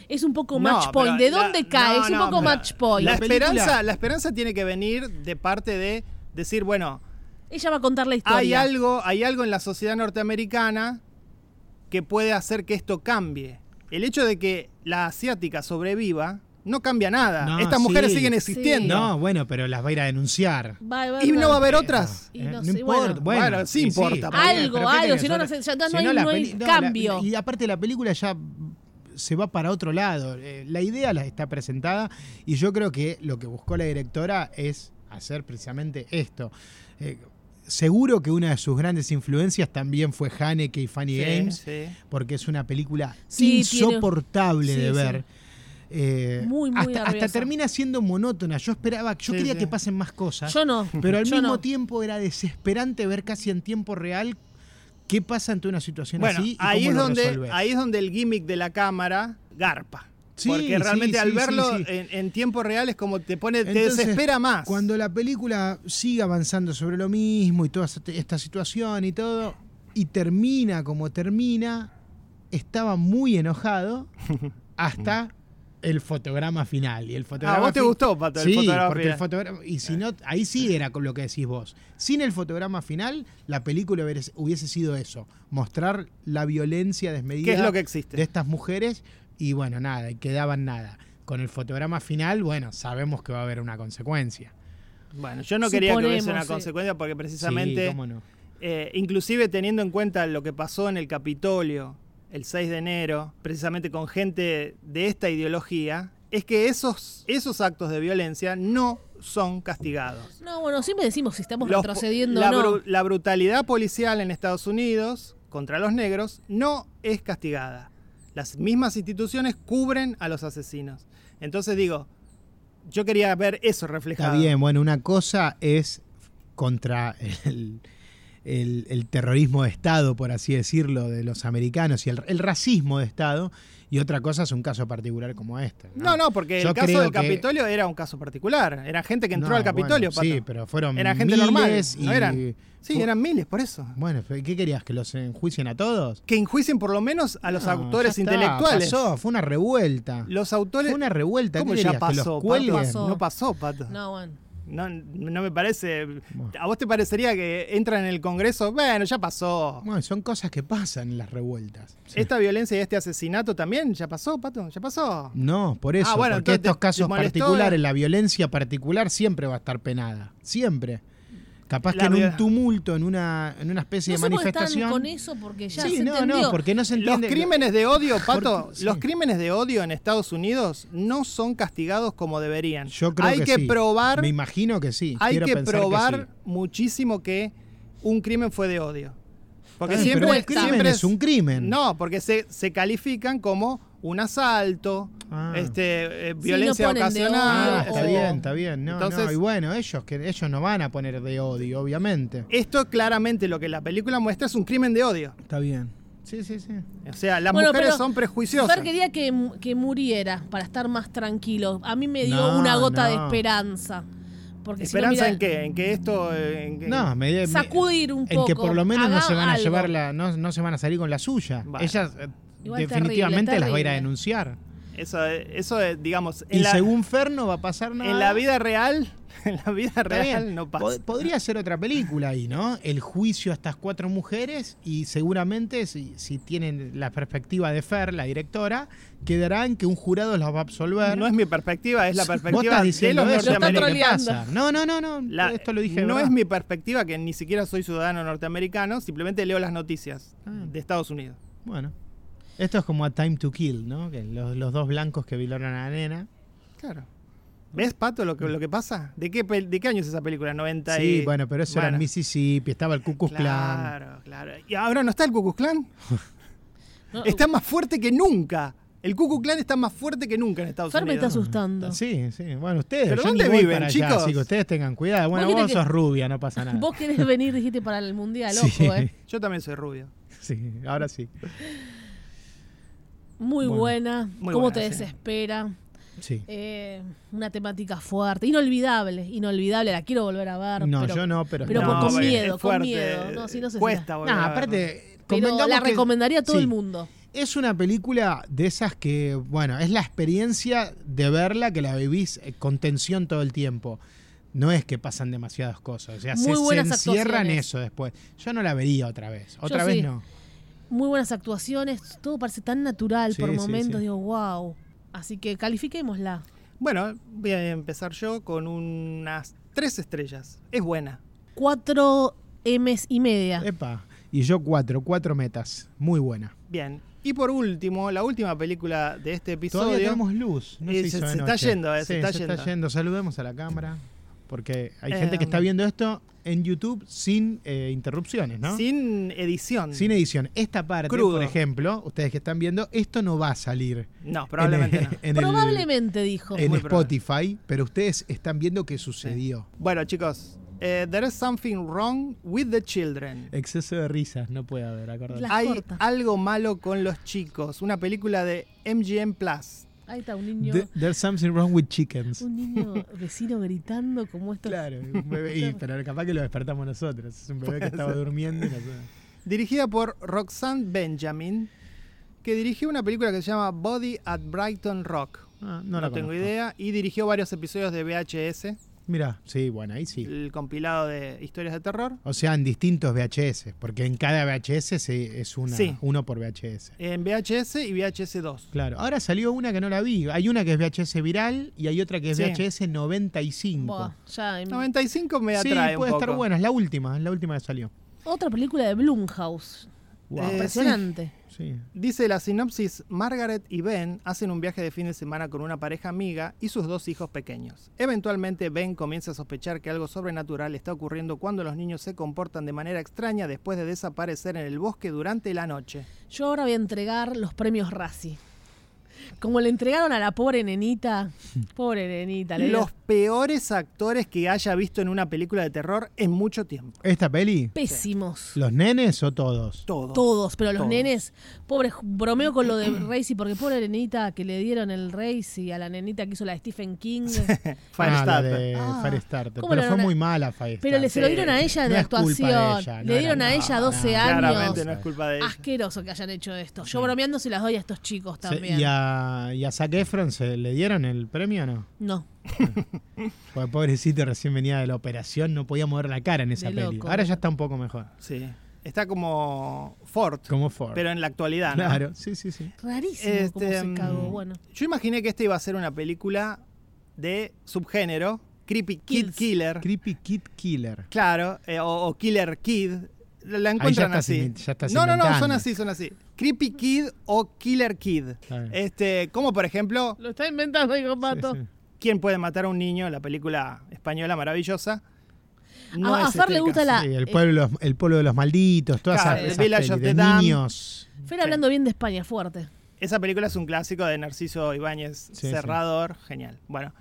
B: es un poco
A: No,
B: match
A: pero
B: point. ¿De
A: la-
B: dónde cae?
A: no,
B: es un
A: no,
B: poco
A: pero
B: match point.
A: La
C: La película-
A: esperanza, la esperanza tiene que venir de parte de decir, bueno,
B: Ella va a contar la historia.
A: hay algo, hay algo en la sociedad norteamericana que puede hacer que esto cambie. El hecho de que la asiática sobreviva No cambia nada.
C: No,
A: Estas mujeres
C: sí.
A: siguen
C: Sí.
A: existiendo.
C: No, bueno, pero las va a ir a denunciar.
B: Va, va,
A: ¿Y
B: va.
A: no va a haber otras?
B: Y
C: Eh,
B: no
C: no,
B: sé,
C: importa.
B: bueno.
C: Bueno,
A: Bueno, sí
C: y
A: importa,
B: Algo, algo,
C: pero ¿qué
B: si no, no
C: tiene que
B: se- ya no
C: Si
B: hay-
C: la
B: no hay
C: peli- la-
B: cambio.
C: y aparte la película ya se va para otro lado. Eh, la idea la está presentada y yo creo que lo que buscó la directora es hacer precisamente esto. Eh, seguro que una de sus grandes influencias también fue Haneke y Fanny
A: Sí,
C: Games,
A: sí.
C: porque es una película
B: Sí, tiene-
C: insoportable
B: Sí,
C: de
B: sí.
C: ver. Eh,
B: Muy, muy
C: hasta, hasta
B: nerviosa.
C: termina siendo monótona. Yo esperaba, yo
A: Sí,
C: quería
A: sí.
C: que pasen más cosas.
B: Yo no.
C: Pero al
B: yo
C: mismo
B: no.
C: tiempo era desesperante ver casi en tiempo real qué pasa ante una situación
A: Bueno,
C: así. y
A: ahí
C: cómo
A: es,
C: lo
A: donde,
C: resolvés.
A: ahí es donde el gimmick de la cámara garpa.
C: Sí,
A: Porque
C: sí,
A: realmente
C: sí,
A: al
C: sí,
A: verlo
C: sí.
A: En, en tiempo real es como te pone,
C: Entonces,
A: te desespera más.
C: Cuando la película sigue avanzando sobre lo mismo y toda esta- esta situación y todo, y termina como termina, estaba muy enojado hasta el fotograma final. Y el
A: Ah,
C: fotograma
A: vos te
C: fin-
A: gustó, Pato, el
C: sí,
A: fotograma
C: porque
A: final.
C: el fotograma- y
A: Eh.
C: si no, ahí sí era con lo que decís vos. Sin el fotograma final, la película hubiese- hubiese sido eso, mostrar la violencia desmedida
A: ¿Qué es lo que existe?
C: de estas mujeres y bueno, nada, y quedaban nada. Con el fotograma final, bueno, sabemos que va a haber una consecuencia.
A: Bueno, yo no quería que hubiese
B: Suponemos,
A: una
B: sí.
A: consecuencia porque
C: Sí,
A: precisamente,
C: cómo no.
A: eh, inclusive teniendo en cuenta lo que pasó en el Capitolio el 6 de enero, precisamente con gente de esta ideología, es que esos, esos actos de violencia no son castigados.
B: No, bueno, siempre decimos si estamos
A: Los po-
B: retrocediendo
A: la,
B: o no.
A: bru- la brutalidad policial en Estados Unidos contra los negros no es castigada. Las mismas instituciones cubren a los asesinos. Entonces digo, yo quería ver eso reflejado.
C: Está bien, bueno, una cosa es contra el, el- el terrorismo de Estado, por así decirlo, de los americanos y el, el racismo de Estado, y otra cosa es un caso particular como este.
A: No, no, porque
C: Yo
A: el caso
C: creo
A: del
C: que-
A: Capitolio era un caso particular. Era gente que entró
C: No,
A: al Capitolio,
C: bueno, Sí,
A: Pato.
C: pero fueron
A: Era gente normal,
C: miles y-
A: no eran. Sí,
C: fu-
A: eran miles, por eso.
C: Bueno, ¿qué querías? ¿Que los enjuicien a todos?
A: Que enjuicien por lo menos a los
C: No,
A: autores
C: ya está,
A: intelectuales.
C: pasó, fue una revuelta.
A: Los autores.
C: Fue una revuelta.
A: ¿Cómo
C: ¿qué
A: ya
C: querías, que los
A: pasó? Pato?
C: cuelguen?
B: Pasó.
A: No pasó, Pato.
B: No, bueno.
A: No, no me parece. ¿A vos te parecería que entran en el Congreso? Bueno, ya pasó.
C: Bueno, son cosas que pasan en las revueltas.
A: Esta violencia y este asesinato también ya pasó, Pato, ya pasó.
C: No, por eso.
A: Ah, bueno,
C: porque
A: entonces te-
C: estos
A: te
C: casos
A: molestó,
C: particulares,
A: eh.
C: la violencia particular siempre va a estar penada. Siempre. Capaz
A: La
C: que en
A: viola-
C: un tumulto, en una, en una especie
B: No
C: de
B: sé por qué están
C: manifestación.
B: con eso porque ya
C: sí,
B: se
C: no,
B: entendió.
C: no, porque no se
A: Los
C: entiende.
A: crímenes de odio, Pato,
C: Porque- sí.
A: los crímenes de odio en Estados Unidos no son castigados como deberían.
C: Yo creo
A: hay que,
C: sí.
A: probar,
C: Me imagino que sí.
A: hay
C: quiero
A: que
C: pensar
A: probar
C: sí.
A: muchísimo que un crimen fue de odio. Porque
C: Está bien,
A: siempre,
C: pero el crimen
A: siempre
C: es un crimen.
A: No, porque se, se califican como un asalto,
C: Ah.
A: este, eh,
B: no
A: violencia
B: ponen de
A: ocasional.
C: Ah,
B: odio
C: está
B: o-
C: bien, está bien. No, no,
A: Entonces-
C: Y bueno, ellos que ellos no van a poner de odio, obviamente.
A: Esto claramente lo que la película muestra es un crimen de odio.
C: Está bien. Sí, sí, sí.
A: O sea, las
B: Bueno,
A: mujeres
B: pero
A: son prejuiciosas.
B: Fer quería que, mu- que muriera para estar más tranquilo. A mí me dio
C: No,
B: una gota de
C: no.
B: esperanza. Porque
A: ¿Esperanza
B: si no,
A: en
B: mira,
A: qué? ¿En que esto...? eh, en que-
C: No, me, me-
B: sacudir un
C: en
B: poco.
C: que por lo menos no
B: hagan
C: se van a
B: algo.
C: llevar la, no, no se van a salir con la suya.
A: Bueno.
C: Ellas eh,
B: Igual
C: definitivamente
B: terrible,
C: las va a ir a
B: terrible.
C: denunciar.
A: Eso, eh, eso eh, digamos, en,
C: Y
A: la,
C: según Fer no va a pasar nada.
A: en la vida real, en la vida
C: Está bien.
A: real no pasa.
C: Pod- podría ser otra película ahí, ¿no? El juicio a estas cuatro mujeres y seguramente si, si tienen la perspectiva de Fer, la directora, quedarán que un jurado las va a absolver.
A: No es mi perspectiva, es la
C: Vos estás
A: perspectiva de
C: diciendo
A: los
C: eso,
B: Lo están
C: pero ¿qué
A: norteamericanos.
B: troleando.
C: pasa? No, no, no, no.
A: La-
C: esto lo dije. de
A: no
C: verdad.
A: es mi perspectiva, que ni siquiera soy ciudadano norteamericano, simplemente leo las noticias
C: Ah.
A: de Estados Unidos.
C: Bueno. Esto es como a Time to Kill, ¿no? Que los, los dos blancos que violaron a la nena.
A: Claro. ¿Ves, Pato, lo que, lo que pasa? ¿De qué, pel- ¿De qué año es esa película? 90 y...
C: Sí, bueno, pero eso era
A: Bueno,
C: en Mississippi, estaba el Ku Klux Klan.
A: Claro, claro. ¿Y ahora no está el Ku Klux Klan?
B: No,
A: Está más fuerte que nunca. El Ku Klux Klan está más fuerte que nunca en Estados
B: Fer me está
A: Unidos.
B: asustando.
C: Sí, sí. Bueno, ustedes.
A: ¿Pero
C: yo
A: dónde
C: ni voy
A: viven,
C: para allá,
A: chicos?
C: así que ustedes tengan cuidado. Bueno,
B: querés
C: vos
B: que-
C: sos rubia, no pasa nada.
B: Vos querés venir, dijiste, para el mundial,
C: Sí.
B: ojo, eh.
A: Yo también soy rubio.
C: Sí, ahora sí.
B: Muy
C: Bueno.
B: buena,
A: Muy
B: cómo
A: buena,
B: te
A: sí.
B: desespera.
C: Sí.
B: Eh, una temática fuerte, inolvidable, inolvidable, la quiero volver a ver.
C: No,
B: pero,
C: yo no, pero.
B: pero
C: no,
B: con, con
A: bueno,
B: miedo,
A: es
B: con
A: fuerte.
B: miedo. No, sí, no sé si
A: Cuesta,
B: la-
A: boludo.
C: Nah, aparte.
B: pero
C: convengamos
B: la
C: que-
B: recomendaría a todo
C: sí.
B: el mundo.
C: Es una película de esas que, bueno, es la experiencia de verla que la vivís eh, con tensión todo el tiempo. No es que pasan demasiadas cosas. O sea,
B: Muy
C: se, se
B: buenas
C: encierra en
B: actuaciones.
C: eso después. Yo no la vería otra vez. Otra
B: Yo
C: vez
B: sí.
C: no.
B: Muy buenas actuaciones, todo parece tan natural
C: Sí,
B: por
C: sí,
B: momentos,
C: sí.
B: digo, wow. Así que califiquémosla.
A: Bueno, voy a empezar yo con unas tres estrellas. Es buena.
B: Cuatro M's y media.
C: Epa. Y yo cuatro, cuatro metas. Muy buena.
A: Bien. Y por último, la última película de este episodio.
C: Todavía tenemos luz. No
A: Eh,
C: se,
A: se-
C: hizo de
A: se está
C: noche.
A: yendo, eh, se
C: Sí,
A: está yendo.
C: Saludemos a la cámara. Porque hay
A: Eh,
C: gente que está viendo esto en YouTube sin eh, interrupciones, ¿no?
A: Sin edición.
C: Sin edición. Esta parte,
A: Crudo.
C: por ejemplo, ustedes que están viendo, esto no va a salir.
A: no, probablemente
C: en,
A: no.
C: en el-
B: Probablemente dijo.
C: en
A: Muy probable.
C: Spotify, pero ustedes están viendo que sucedió.
A: Bueno, chicos, eh, There is something wrong with the children.
C: Exceso de risas, no puede haber, acordate.
B: Las
A: Hay
B: corta.
A: algo malo con los chicos. Una película de MGM Plus.
B: Ahí está un niño,
C: The- there's something wrong with chickens.
B: un niño vecino gritando como esto.
C: Claro, un bebé, y- pero capaz que lo despertamos nosotros. Es un bebé que estaba durmiendo. y nosotros-
A: Dirigida por Roxanne Benjamin, que dirigió una película que se llama Body at Brighton Rock.
C: Ah, no
A: No,
C: la
A: tengo
C: conozco.
A: idea. Y dirigió varios episodios de VHS,
C: Mirá, sí, bueno, ahí sí.
A: el compilado de historias de terror.
C: O sea, en distintos VHS, porque en cada VHS se- es una,
A: Sí.
C: uno por VHS.
A: En VHS y VHS 2.
C: Claro, ahora salió una que no la vi. Hay una que es VHS viral y hay otra que es
A: Sí.
C: VHS 95.
B: Buah, ya en-
A: 95 me
C: sí,
A: atrae un
C: puede estar
A: poco.
C: buena, es la última, es la última que salió.
B: Otra película de Blumhouse.
A: Wow. Eh,
B: Impresionante.
C: Sí.
A: Dice la sinopsis, Margaret y Ben hacen un viaje de fin de semana con una pareja amiga y sus dos hijos pequeños. Eventualmente Ben comienza a sospechar que algo sobrenatural está ocurriendo cuando los niños se comportan de manera extraña después de desaparecer en el bosque durante la noche.
B: Yo ahora voy a entregar los premios Razzie. Como le entregaron a la pobre nenita. Pobre nenita. Le
A: Los
B: los
A: peores actores que haya visto en una película de terror en mucho tiempo.
C: ¿Esta peli?
B: pésimos.
C: ¿Los nenes o todos?
A: Todos.
B: Todos, pero los
A: Todos.
B: nenes, pobre, ju- bromeo con lo de Racy, porque pobre nenita que le dieron el Racy a la nenita que hizo la de Stephen King,
C: Ah, la
A: Firestarter.
C: de
B: Ah.
C: Firestarter.
B: ¿Cómo
C: Pero
B: le
C: fue
B: van a-
C: muy mala Firestarter.
B: pero le, se lo dieron a ella de
C: No es culpa de
B: actuación,
C: ella, no
B: le
C: era-
B: dieron a
C: no,
B: ella
C: no,
B: 12 años, Ah,
A: Claramente no es culpa de ellos.
B: asqueroso que hayan hecho esto, yo bromeando se las doy a estos chicos
C: Se-
B: también,
C: y, a, ¿Y a Zac Efron se le dieron el premio o no?
B: no,
C: Porque pobrecito recién venía de la operación, no podía mover la cara en esa
B: De
C: peli.
B: loco.
C: Ahora ya está un poco mejor.
A: Sí. Está como Ford,
C: Como Ford.
A: pero en la actualidad. ¿no?
C: claro, sí, sí, sí.
B: rarísimo cómo
A: Este,
B: se cagó,
A: mm,
B: bueno,
A: Yo imaginé que esta iba a ser una película de subgénero, Creepy Kid
B: Kills.
A: Killer.
C: Creepy Kid Killer.
A: Claro, eh, o, o Killer Kid. La encuentran
C: estás
A: así.
C: inven- ya estás
A: no, no, no, son
C: inventando.
A: así, son así. Creepy Kid o Killer Kid.
C: Está bien.
A: Este, como por ejemplo,
B: lo está inventando el combato.
C: Sí, sí.
A: ¿Quién puede matar a un niño? La película española maravillosa.
B: A- a
A: es este
B: Fer le
A: el
B: gusta
A: caso.
B: la-
C: Sí, el, pueblo, de los- el pueblo de los malditos, todas
A: Claro,
C: esas,
A: el
C: esas
A: Village of
C: pelis de
A: the Damned.
C: niños.
B: Fer
A: Sí.
B: hablando bien de España, fuerte,
A: Esa película es un clásico de Narciso Ibáñez
C: Sí,
A: Cerrador, genial. Bueno,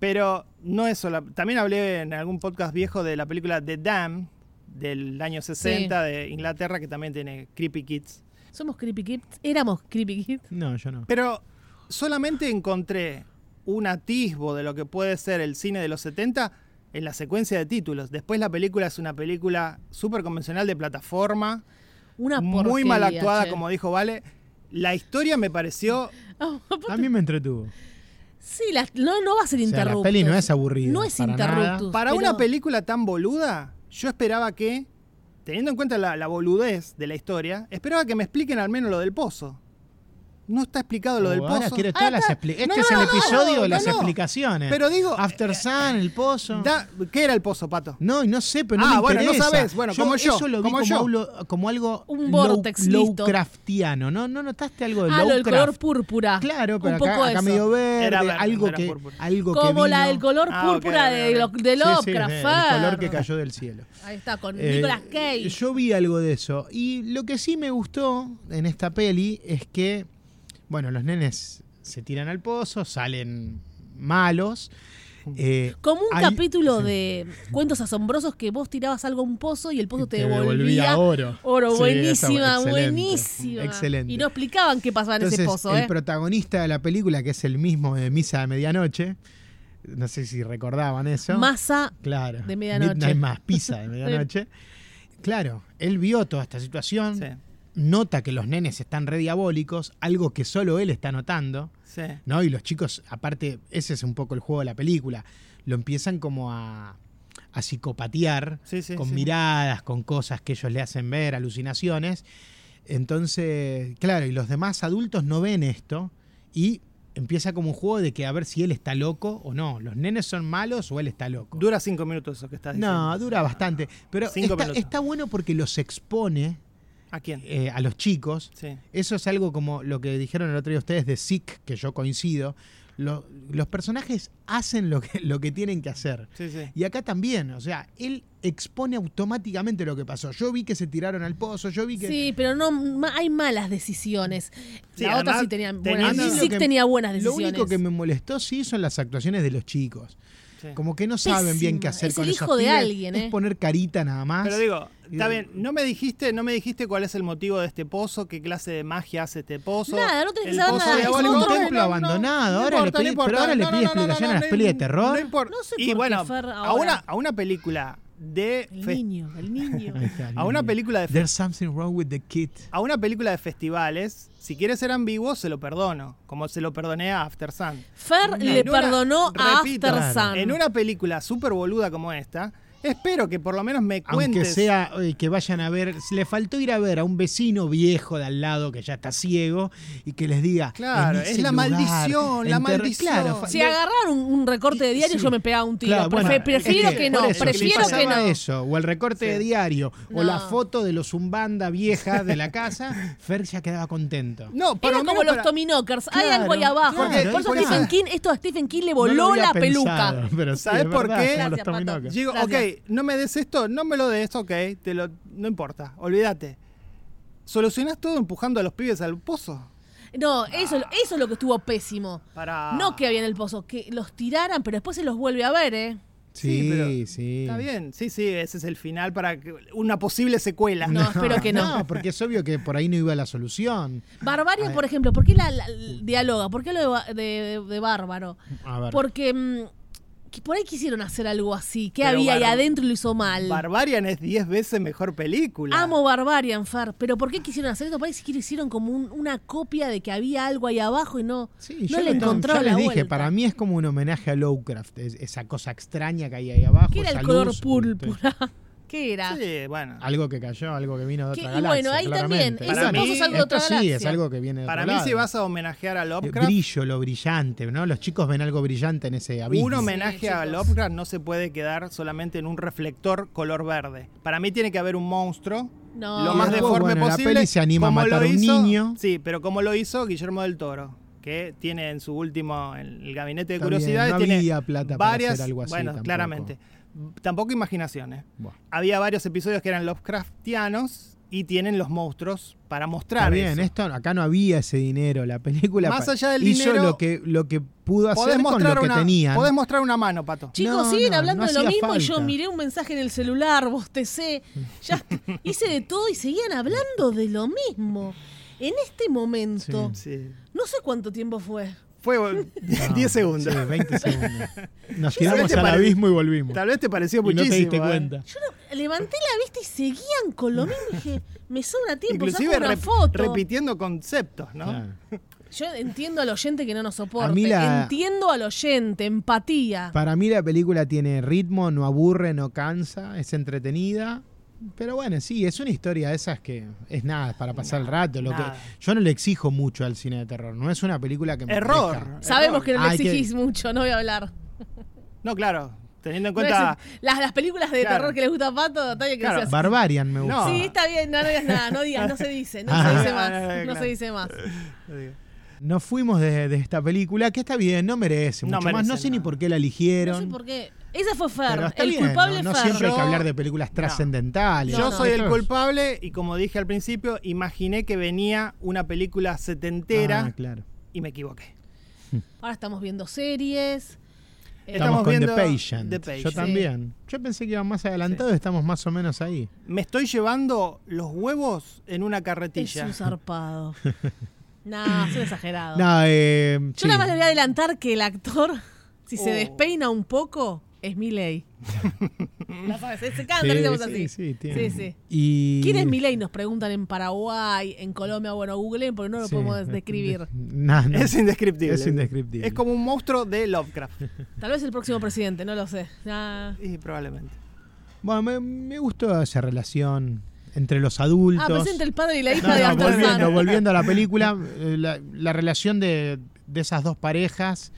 A: pero no es solo. También hablé en algún podcast viejo de la película The Dam del año 60 de Inglaterra, que también tiene Creepy Kids.
B: somos Creepy Kids, éramos Creepy Kids,
C: No, yo no.
A: Pero solamente encontré un atisbo de lo que puede ser el cine de los 70 en la secuencia de títulos. Después la película es una película súper convencional de plataforma,
B: una porquería,
A: muy mal actuada,
B: che.
A: como dijo Vale. La historia me pareció
C: A mí me entretuvo.
B: Sí, la- no, no va a ser
C: O sea,
B: interrupto.
C: la peli no es aburrida.
B: No es
C: para
B: interruptus.
A: Para
B: pero-
A: una película tan boluda, yo esperaba que, teniendo en cuenta la, la boludez de la historia, esperaba que me expliquen al menos lo del pozo. No está explicado lo
C: nada.
A: del
C: Oh, ahora
A: pozo.
C: quiero
B: Ah,
C: todas las
B: está.
C: expli-
B: No,
C: Este
B: no,
C: es el
B: no,
C: episodio
A: no,
C: de las
A: no.
C: explicaciones.
A: Pero digo, eh,
C: After Sun, el pozo.
A: Da- ¿Qué era el pozo, Pato?
C: No, y no sé, pero no
A: Ah,
C: me
A: bueno, no
C: interesa.
A: sabes. Bueno, como yo,
C: Eso lo vi
A: como
C: como,
A: yo.
C: aulo- como algo
B: Un vortex
C: low,
B: listo.
C: craftiano. ¿No, ¿No notaste algo de
B: Ah, lo del
C: Lovecraft?
B: color púrpura.
C: Claro, pero
B: Ah, Un
C: acá,
B: poco
C: acá
B: eso.
C: medio verde,
A: Era verde,
C: algo,
A: era
C: que,
A: púrpura.
C: algo que
B: Como la
C: vino.
B: del color
A: Ah,
B: púrpura
A: ok, ok,
B: de, lo-
A: ok.
B: de
C: Sí, sí,
B: Lovecraft.
C: el
B: Fer.
C: color que cayó del cielo.
B: Ahí está, con
C: Eh,
B: Nicolas Cage.
C: Yo vi algo de eso. Y lo que sí me gustó en esta peli es que, bueno, los nenes se tiran al pozo, salen malos. eh,
B: Como un
C: hay-
B: capítulo de cuentos asombrosos que vos tirabas algo a un pozo y el pozo te,
C: Te
B: devolvía,
C: devolvía oro.
B: Oro,
C: Sí,
B: buenísima,
C: eso, excelente,
B: buenísima.
C: excelente.
B: Y no explicaban qué pasaba en ese
C: Entonces,
B: pozo,
C: el
B: ¿eh?
C: protagonista de la película, que es el mismo de Misa de Medianoche, no sé si recordaban eso.
B: Masa
C: Claro.
B: de medianoche.
C: Midnight más pizza de medianoche. claro, él vio toda esta situación,
A: Sí,
C: nota que los nenes están re diabólicos, algo que solo él está notando,
A: sí.
C: ¿no? Y los chicos, aparte, ese es un poco el juego de la película, lo empiezan como a, a psicopatear
A: Sí, sí,
C: con
A: sí.
C: miradas, con cosas que ellos le hacen ver, alucinaciones. Entonces, claro, y los demás adultos no ven esto y empieza como un juego de que a ver si él está loco o no. Los nenes son malos o él está loco.
A: Dura cinco minutos eso que estás diciendo.
C: No, dura bastante. Pero
A: Cinco
C: está,
A: minutos.
C: está bueno porque los expone
A: ¿A quién?
C: eh, a los chicos.
A: sí.
C: Eso es algo como lo que dijeron el otro día ustedes de Sick, que yo coincido. Lo- los personajes hacen lo que, lo que tienen que hacer.
A: Sí, sí.
C: Y acá también, o sea, él expone automáticamente lo que pasó. Yo vi que se tiraron al pozo, yo vi que...
B: Sí, pero no ma- hay malas decisiones.
A: Sí,
B: la otra
A: además,
B: sí tenía
A: tenía-
B: buenas
A: A mí
B: decisiones.
A: lo
B: Sí
C: que-
B: tenía buenas
C: Lo
B: decisiones.
C: único que me molestó sí son las actuaciones de los chicos.
A: sí.
C: Como que no saben bien qué
B: Pésima.
C: hacer
B: Es
C: con
B: el
C: esos
B: hijo de
C: pibes.
B: alguien,
C: Es
B: ¿eh?
C: poner carita nada más.
A: Pero digo, está
C: Y-
A: bien, no me dijiste, no me dijiste cuál es el motivo de este pozo, qué clase de magia hace este pozo.
B: Nada, no
A: El
B: tenés que saber
A: pozo
B: nada,
A: de
B: es
A: agua
C: es
A: le
B: otro-
C: un
A: conté-
B: no,
C: templo
B: no,
C: abandonado. ahora
A: importa,
C: le pide,
A: importa.
C: pero ahora le
A: No,
C: pide
A: no, no, no,
C: explicación a las
A: no,
C: pelis de
A: no
C: terror.
A: importa.
B: No sé
A: y
B: por qué
A: bueno,
B: Fer
A: a
B: ahora-
A: una, a una película de
B: El
A: fe-
B: niño, el niño.
C: Ahí está,
A: a una
C: niña.
A: película de fe-
C: There's something wrong with the kid.
A: a una película de festivales, si quiere ser ambiguo, se lo perdono, como se lo perdoné a After Sun.
B: Fer
A: En
B: le
A: una-
B: perdonó a
A: repito,
B: After Sun.
A: En una película súper boluda como esta, espero que por lo menos me cuentes.
C: Aunque sea eh, que vayan a ver, le faltó ir a ver a un vecino viejo de al lado que ya está ciego y que les diga.
A: Claro,
C: "En
A: es
C: ese
A: la
C: lugar,
A: maldición, la
C: en ter-
A: maldición".
C: Claro, fa-
B: Si
C: le-
B: agarraran un, un recorte de diario,
C: Sí.
B: yo me pegaba un tiro.
C: Claro,
B: Prefe-
C: bueno,
B: prefiero
A: es que
B: que, no,
C: por eso,
B: prefiero
C: si le
B: que no.
C: pasaba eso, o el recorte
A: Sí.
C: de diario, o
B: No.
C: la foto de los zumbanda vieja de la casa, Fer ya quedaba contento.
A: no, por
B: Era
A: lo
B: como
A: menos
B: los
A: para-
B: Tommy Knockers, hay
C: Claro,
B: algo ahí abajo.
C: claro,
B: por eso
A: por
B: Stephen
A: eso.
B: King, esto a Stephen King le
C: No lo
B: voló
C: había
B: la
C: pensado,
B: peluca.
C: pero sí,
A: ¿Sabés
C: es
A: por
C: verdad,
A: qué?
C: como los
B: Gracias, Pato.
C: Tominocas.
A: Digo,
B: Gracias.
A: ok, no me des esto, no me lo des, ok, te lo, no importa, olvídate. Solucionás todo empujando a los pibes al pozo.
B: No, eso, eso es lo que estuvo pésimo.
A: Para...
B: No que había en el pozo, que los tiraran, pero después se los vuelve a ver, ¿eh?
A: Sí, pero-
C: Sí, sí.
A: Está bien, sí, sí, ese es el final para que- una posible secuela.
B: No, espero que no.
C: No, porque es obvio que por ahí no iba la solución.
B: Barbario, por ejemplo, ¿por qué la, la- la- dialoga? ¿Por qué lo de ba- de, de bárbaro?
C: A ver.
B: Porque mm, que por ahí quisieron hacer algo así. ¿Qué
A: Pero
B: había ahí
A: Bar-
B: adentro y lo hizo mal?
A: Barbarian es 10 veces mejor película.
B: Amo Barbarian, Fer, pero ¿por qué quisieron hacer esto? Parece que lo hicieron como un- una copia de que había algo ahí abajo y no,
C: Sí,
B: no
C: yo
B: le
C: lo-
B: encontró
C: ya
B: la
C: les dije,
B: vuelta.
C: para mí es como un homenaje a Lovecraft, es- esa cosa extraña que hay ahí abajo.
B: ¿Qué era el
C: esa
B: color
C: luz,
B: púrpura? ¿Qué era?
A: Sí, bueno.
C: Algo que cayó, algo que vino de
B: Que-
C: otra
B: y
C: galaxia.
B: bueno, ahí también,
C: claramente.
A: eso vos
C: Para mí,
A: sos algo
B: de
C: esto
B: otra
C: sí, es
B: galaxia.
C: algo que viene de
A: Para
C: otro
A: mí, si
C: lado.
A: vas a homenajear a
C: El
A: Lovecraft,
C: brillo, lo brillante, ¿no? Los chicos ven algo brillante en ese abismo.
A: un homenaje
B: Sí,
A: a
B: chicos.
A: Lovecraft no se puede quedar solamente en un reflector color verde. Para mí, tiene que haber un monstruo
B: No.
A: lo
C: Y
A: más
C: después,
A: deforme
C: bueno, la
A: posible.
C: peli se anima a
A: como
C: matar
A: lo
C: a un
A: hizo-
C: niño.
A: Sí, pero como lo hizo Guillermo del Toro, que tiene en su último, en el gabinete de
C: Está bien,
A: curiosidades,
C: no
A: tiene
C: había plata para
A: varias,
C: hacer algo así
A: bueno,
C: tampoco.
A: claramente, tampoco imaginaciones.
C: Bueno.
A: Había varios episodios que eran Lovecraftianos y tienen los monstruos para
C: Está
A: mostrar.
C: bien,
A: eso.
C: esto acá no había ese dinero. La película
A: Más
C: pa-
A: allá del
C: hizo
A: dinero,
C: lo que lo que pudo
A: Podés
C: hacer con
A: mostrar,
C: lo que
A: una,
C: tenían.
A: podés mostrar una mano, pato.
B: Chicos,
C: No,
B: siguen
C: no,
B: hablando
C: no
B: de lo
C: hacía
B: mismo y yo
C: falta.
B: miré un mensaje en el celular, bostecé, ya hice de todo y seguían hablando de lo mismo. En este momento,
A: Sí.
B: no sé cuánto tiempo fue.
A: Fue bueno, 10
C: No,
A: segundos.
C: sí, 20 segundos. Nos
A: Tal vez
C: tiramos
A: te
C: al
A: pare-
C: abismo y volvimos.
A: Tal vez te pareció
C: Y no
A: muchísimo.
C: te diste
A: ¿eh?
C: cuenta.
B: Yo no- levanté la vista y seguían con lo mismo. y Dije, me sobra tiempo,
A: Inclusive
B: saco pues, una
A: rep-
B: foto.
A: repitiendo conceptos, ¿no?
C: Claro.
B: Yo entiendo al oyente que no nos soporte.
C: A mí la-
B: Entiendo al oyente, empatía.
C: Para mí la película tiene ritmo, no aburre, no cansa, es entretenida. Pero bueno, sí, es una historia de esas que es nada, es para pasar el rato. Lo que,
A: nada.
C: yo no le exijo mucho al cine de terror, no es una película que me
A: Error.
C: deja-
B: Sabemos que no le
C: Ay, que-
B: exigís mucho, no voy a hablar.
A: No, claro. Teniendo en
B: No
A: cuenta.
B: es- las, las películas de
A: Claro.
B: terror que les gusta a Pato, Tania, que
A: Claro.
B: decías,
C: Barbarian me gusta.
A: No.
B: Sí, está bien, no, no digas nada, no digas, no se dice, no
C: Ah.
B: se dice
A: Ah,
B: más, no
A: claro.
B: se dice más.
C: Nos fuimos de, de esta película, que está bien, no merece
A: No
C: mucho más. No
A: merece
C: sé ni
A: nada.
C: por qué la
B: No
C: eligieron.
B: sé por qué. Esa fue
C: pero
B: Fer,
C: está
B: el
C: bien,
B: culpable
C: no, no
B: Fer.
C: siempre hay que
A: Yo-
C: hablar de películas trascendentales.
A: Yo
B: no.
A: soy el
C: Esto es-
A: culpable y como dije al principio, imaginé que venía una película setentera
C: Ah, claro.
A: y me equivoqué.
B: Ahora estamos viendo series. eh,
A: Estamos
C: Estamos, con
A: viendo
C: The Patient.
A: The Patient.
C: Yo
A: Sí.
C: también. Yo pensé que iban más adelantados, estamos más o menos ahí.
A: Me estoy llevando los huevos en una
B: es
A: carretilla.
B: un zarpado. no, es un exagerado.
C: No, eh,
B: Yo
C: sí.
B: nada más le voy a adelantar que el actor, si se
A: Oh.
B: despeina un poco, es Miley. La sabes, se canta,
C: Sí,
B: le hacemos
C: sí,
B: así.
C: sí, tiene.
B: Sí, sí.
C: Y...
B: ¿Quién es Miley? Nos preguntan en Paraguay, en Colombia, bueno, googleen porque no lo
C: Sí,
B: podemos
C: es-
B: describir.
C: No, no.
A: Es indescriptible.
C: Es indescriptible.
A: Es como un monstruo de Lovecraft.
B: Tal vez el próximo presidente, no lo sé. Ah.
A: Y probablemente.
C: Bueno, me, me gustó esa relación entre los adultos.
B: Ah, presente el padre y la hija
C: No,
B: de
C: no,
B: After
C: volviendo,
B: Sun.
C: volviendo a la película, eh, la, la relación de de esas dos parejas.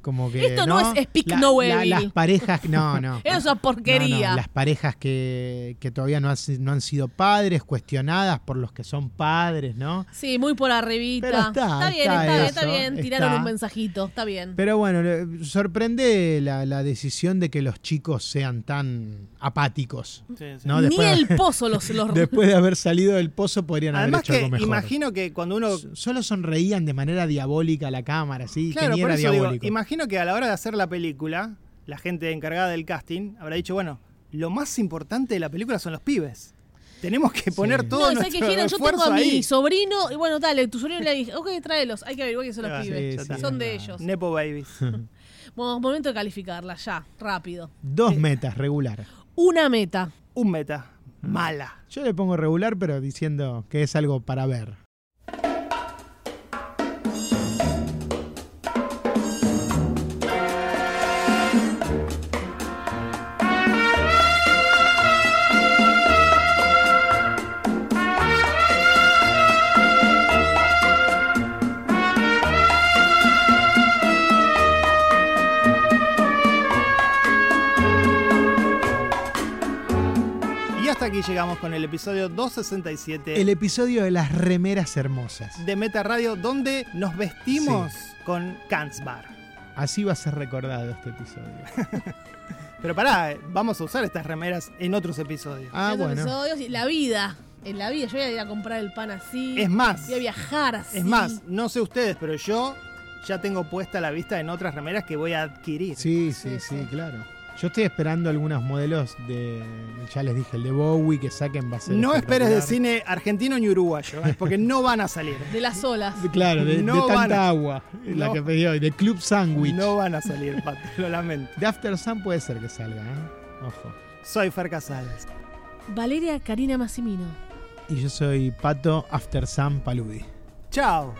C: Como que,
B: Esto no es Speak No Evil.
C: Las parejas, no, no.
B: Es una porquería.
C: No, no, las parejas que, que todavía no, has- no han sido padres, cuestionadas por los que son padres, ¿no?
B: Sí, muy por arribita.
C: Pero está,
B: bien,
C: está
B: está, bien,
C: eso,
B: está bien. Tiraron
C: está.
B: un mensajito, está bien.
C: Pero bueno, le- sorprende la, la decisión de que los chicos sean tan apáticos.
A: Sí, sí.
C: No,
B: Ni
C: después-
B: el pozo los, los
C: Después de haber salido del pozo podrían
A: Además
C: haber hecho
A: que
C: algo mejor.
A: imagino que cuando uno...
C: S- Solo sonreían de manera diabólica a la cámara, sí,
A: Claro,
C: que ni
A: por
C: era
A: eso digo,
C: diabólico.
A: imagino que a la hora de hacer la película, la gente encargada del casting habrá dicho, bueno, lo más importante de la película son los pibes. Tenemos que poner todo
B: No, ¿sabes qué
A: nuestro
B: dijeron? Yo tengo
A: esfuerzo
B: a
A: ahí.
B: mi sobrino, y bueno, dale, tu sobrino le dije, ok, tráelos, hay que averiguar que son los
A: Ah, sí,
B: pibes.
A: ya está.
B: son de
C: Ah.
B: ellos.
A: Nepo Babies.
B: Mo- Momento de calificarla, ya, rápido.
A: Eh.
C: Dos metas regular.
B: Una meta.
A: Un meta. Mala.
C: Yo le pongo regular, pero diciendo que es algo para ver.
A: Y hasta aquí llegamos con el episodio 267
C: El episodio de las remeras hermosas.
A: de Meta Radio, donde nos vestimos con Kansbar.
C: Así va a ser recordado este episodio.
A: Pero pará, eh, vamos a usar estas remeras en otros episodios.
C: Ah,
B: Esos
C: bueno.
B: episodios y la vida. En la vida, yo voy a ir a comprar el pan así.
A: Es más,
B: Voy a viajar así.
A: es más, no sé ustedes, pero yo ya tengo puesta la vista en otras remeras que voy a adquirir.
C: Sí, sí,
B: Sí,
C: sí,
B: sí.
C: claro. Yo estoy esperando algunos modelos de. Ya les dije, el de Bowie que saquen va a ser
A: No esperes de
C: espectacular.
A: cine argentino ni uruguayo, eh, porque no van a salir.
B: De las olas.
C: Claro, de, de
A: No van
C: tanta
A: a-
C: agua. La
A: No.
C: que pedí hoy, de Club Sandwich.
A: No van a salir, Pat, lo lamento.
C: De After Sun puede ser que salga, ¿eh? Ojo.
A: Soy Fer Casals.
B: Valeria Karina Massimino.
C: Y yo soy Pato After Sun Paludi.
A: Chao.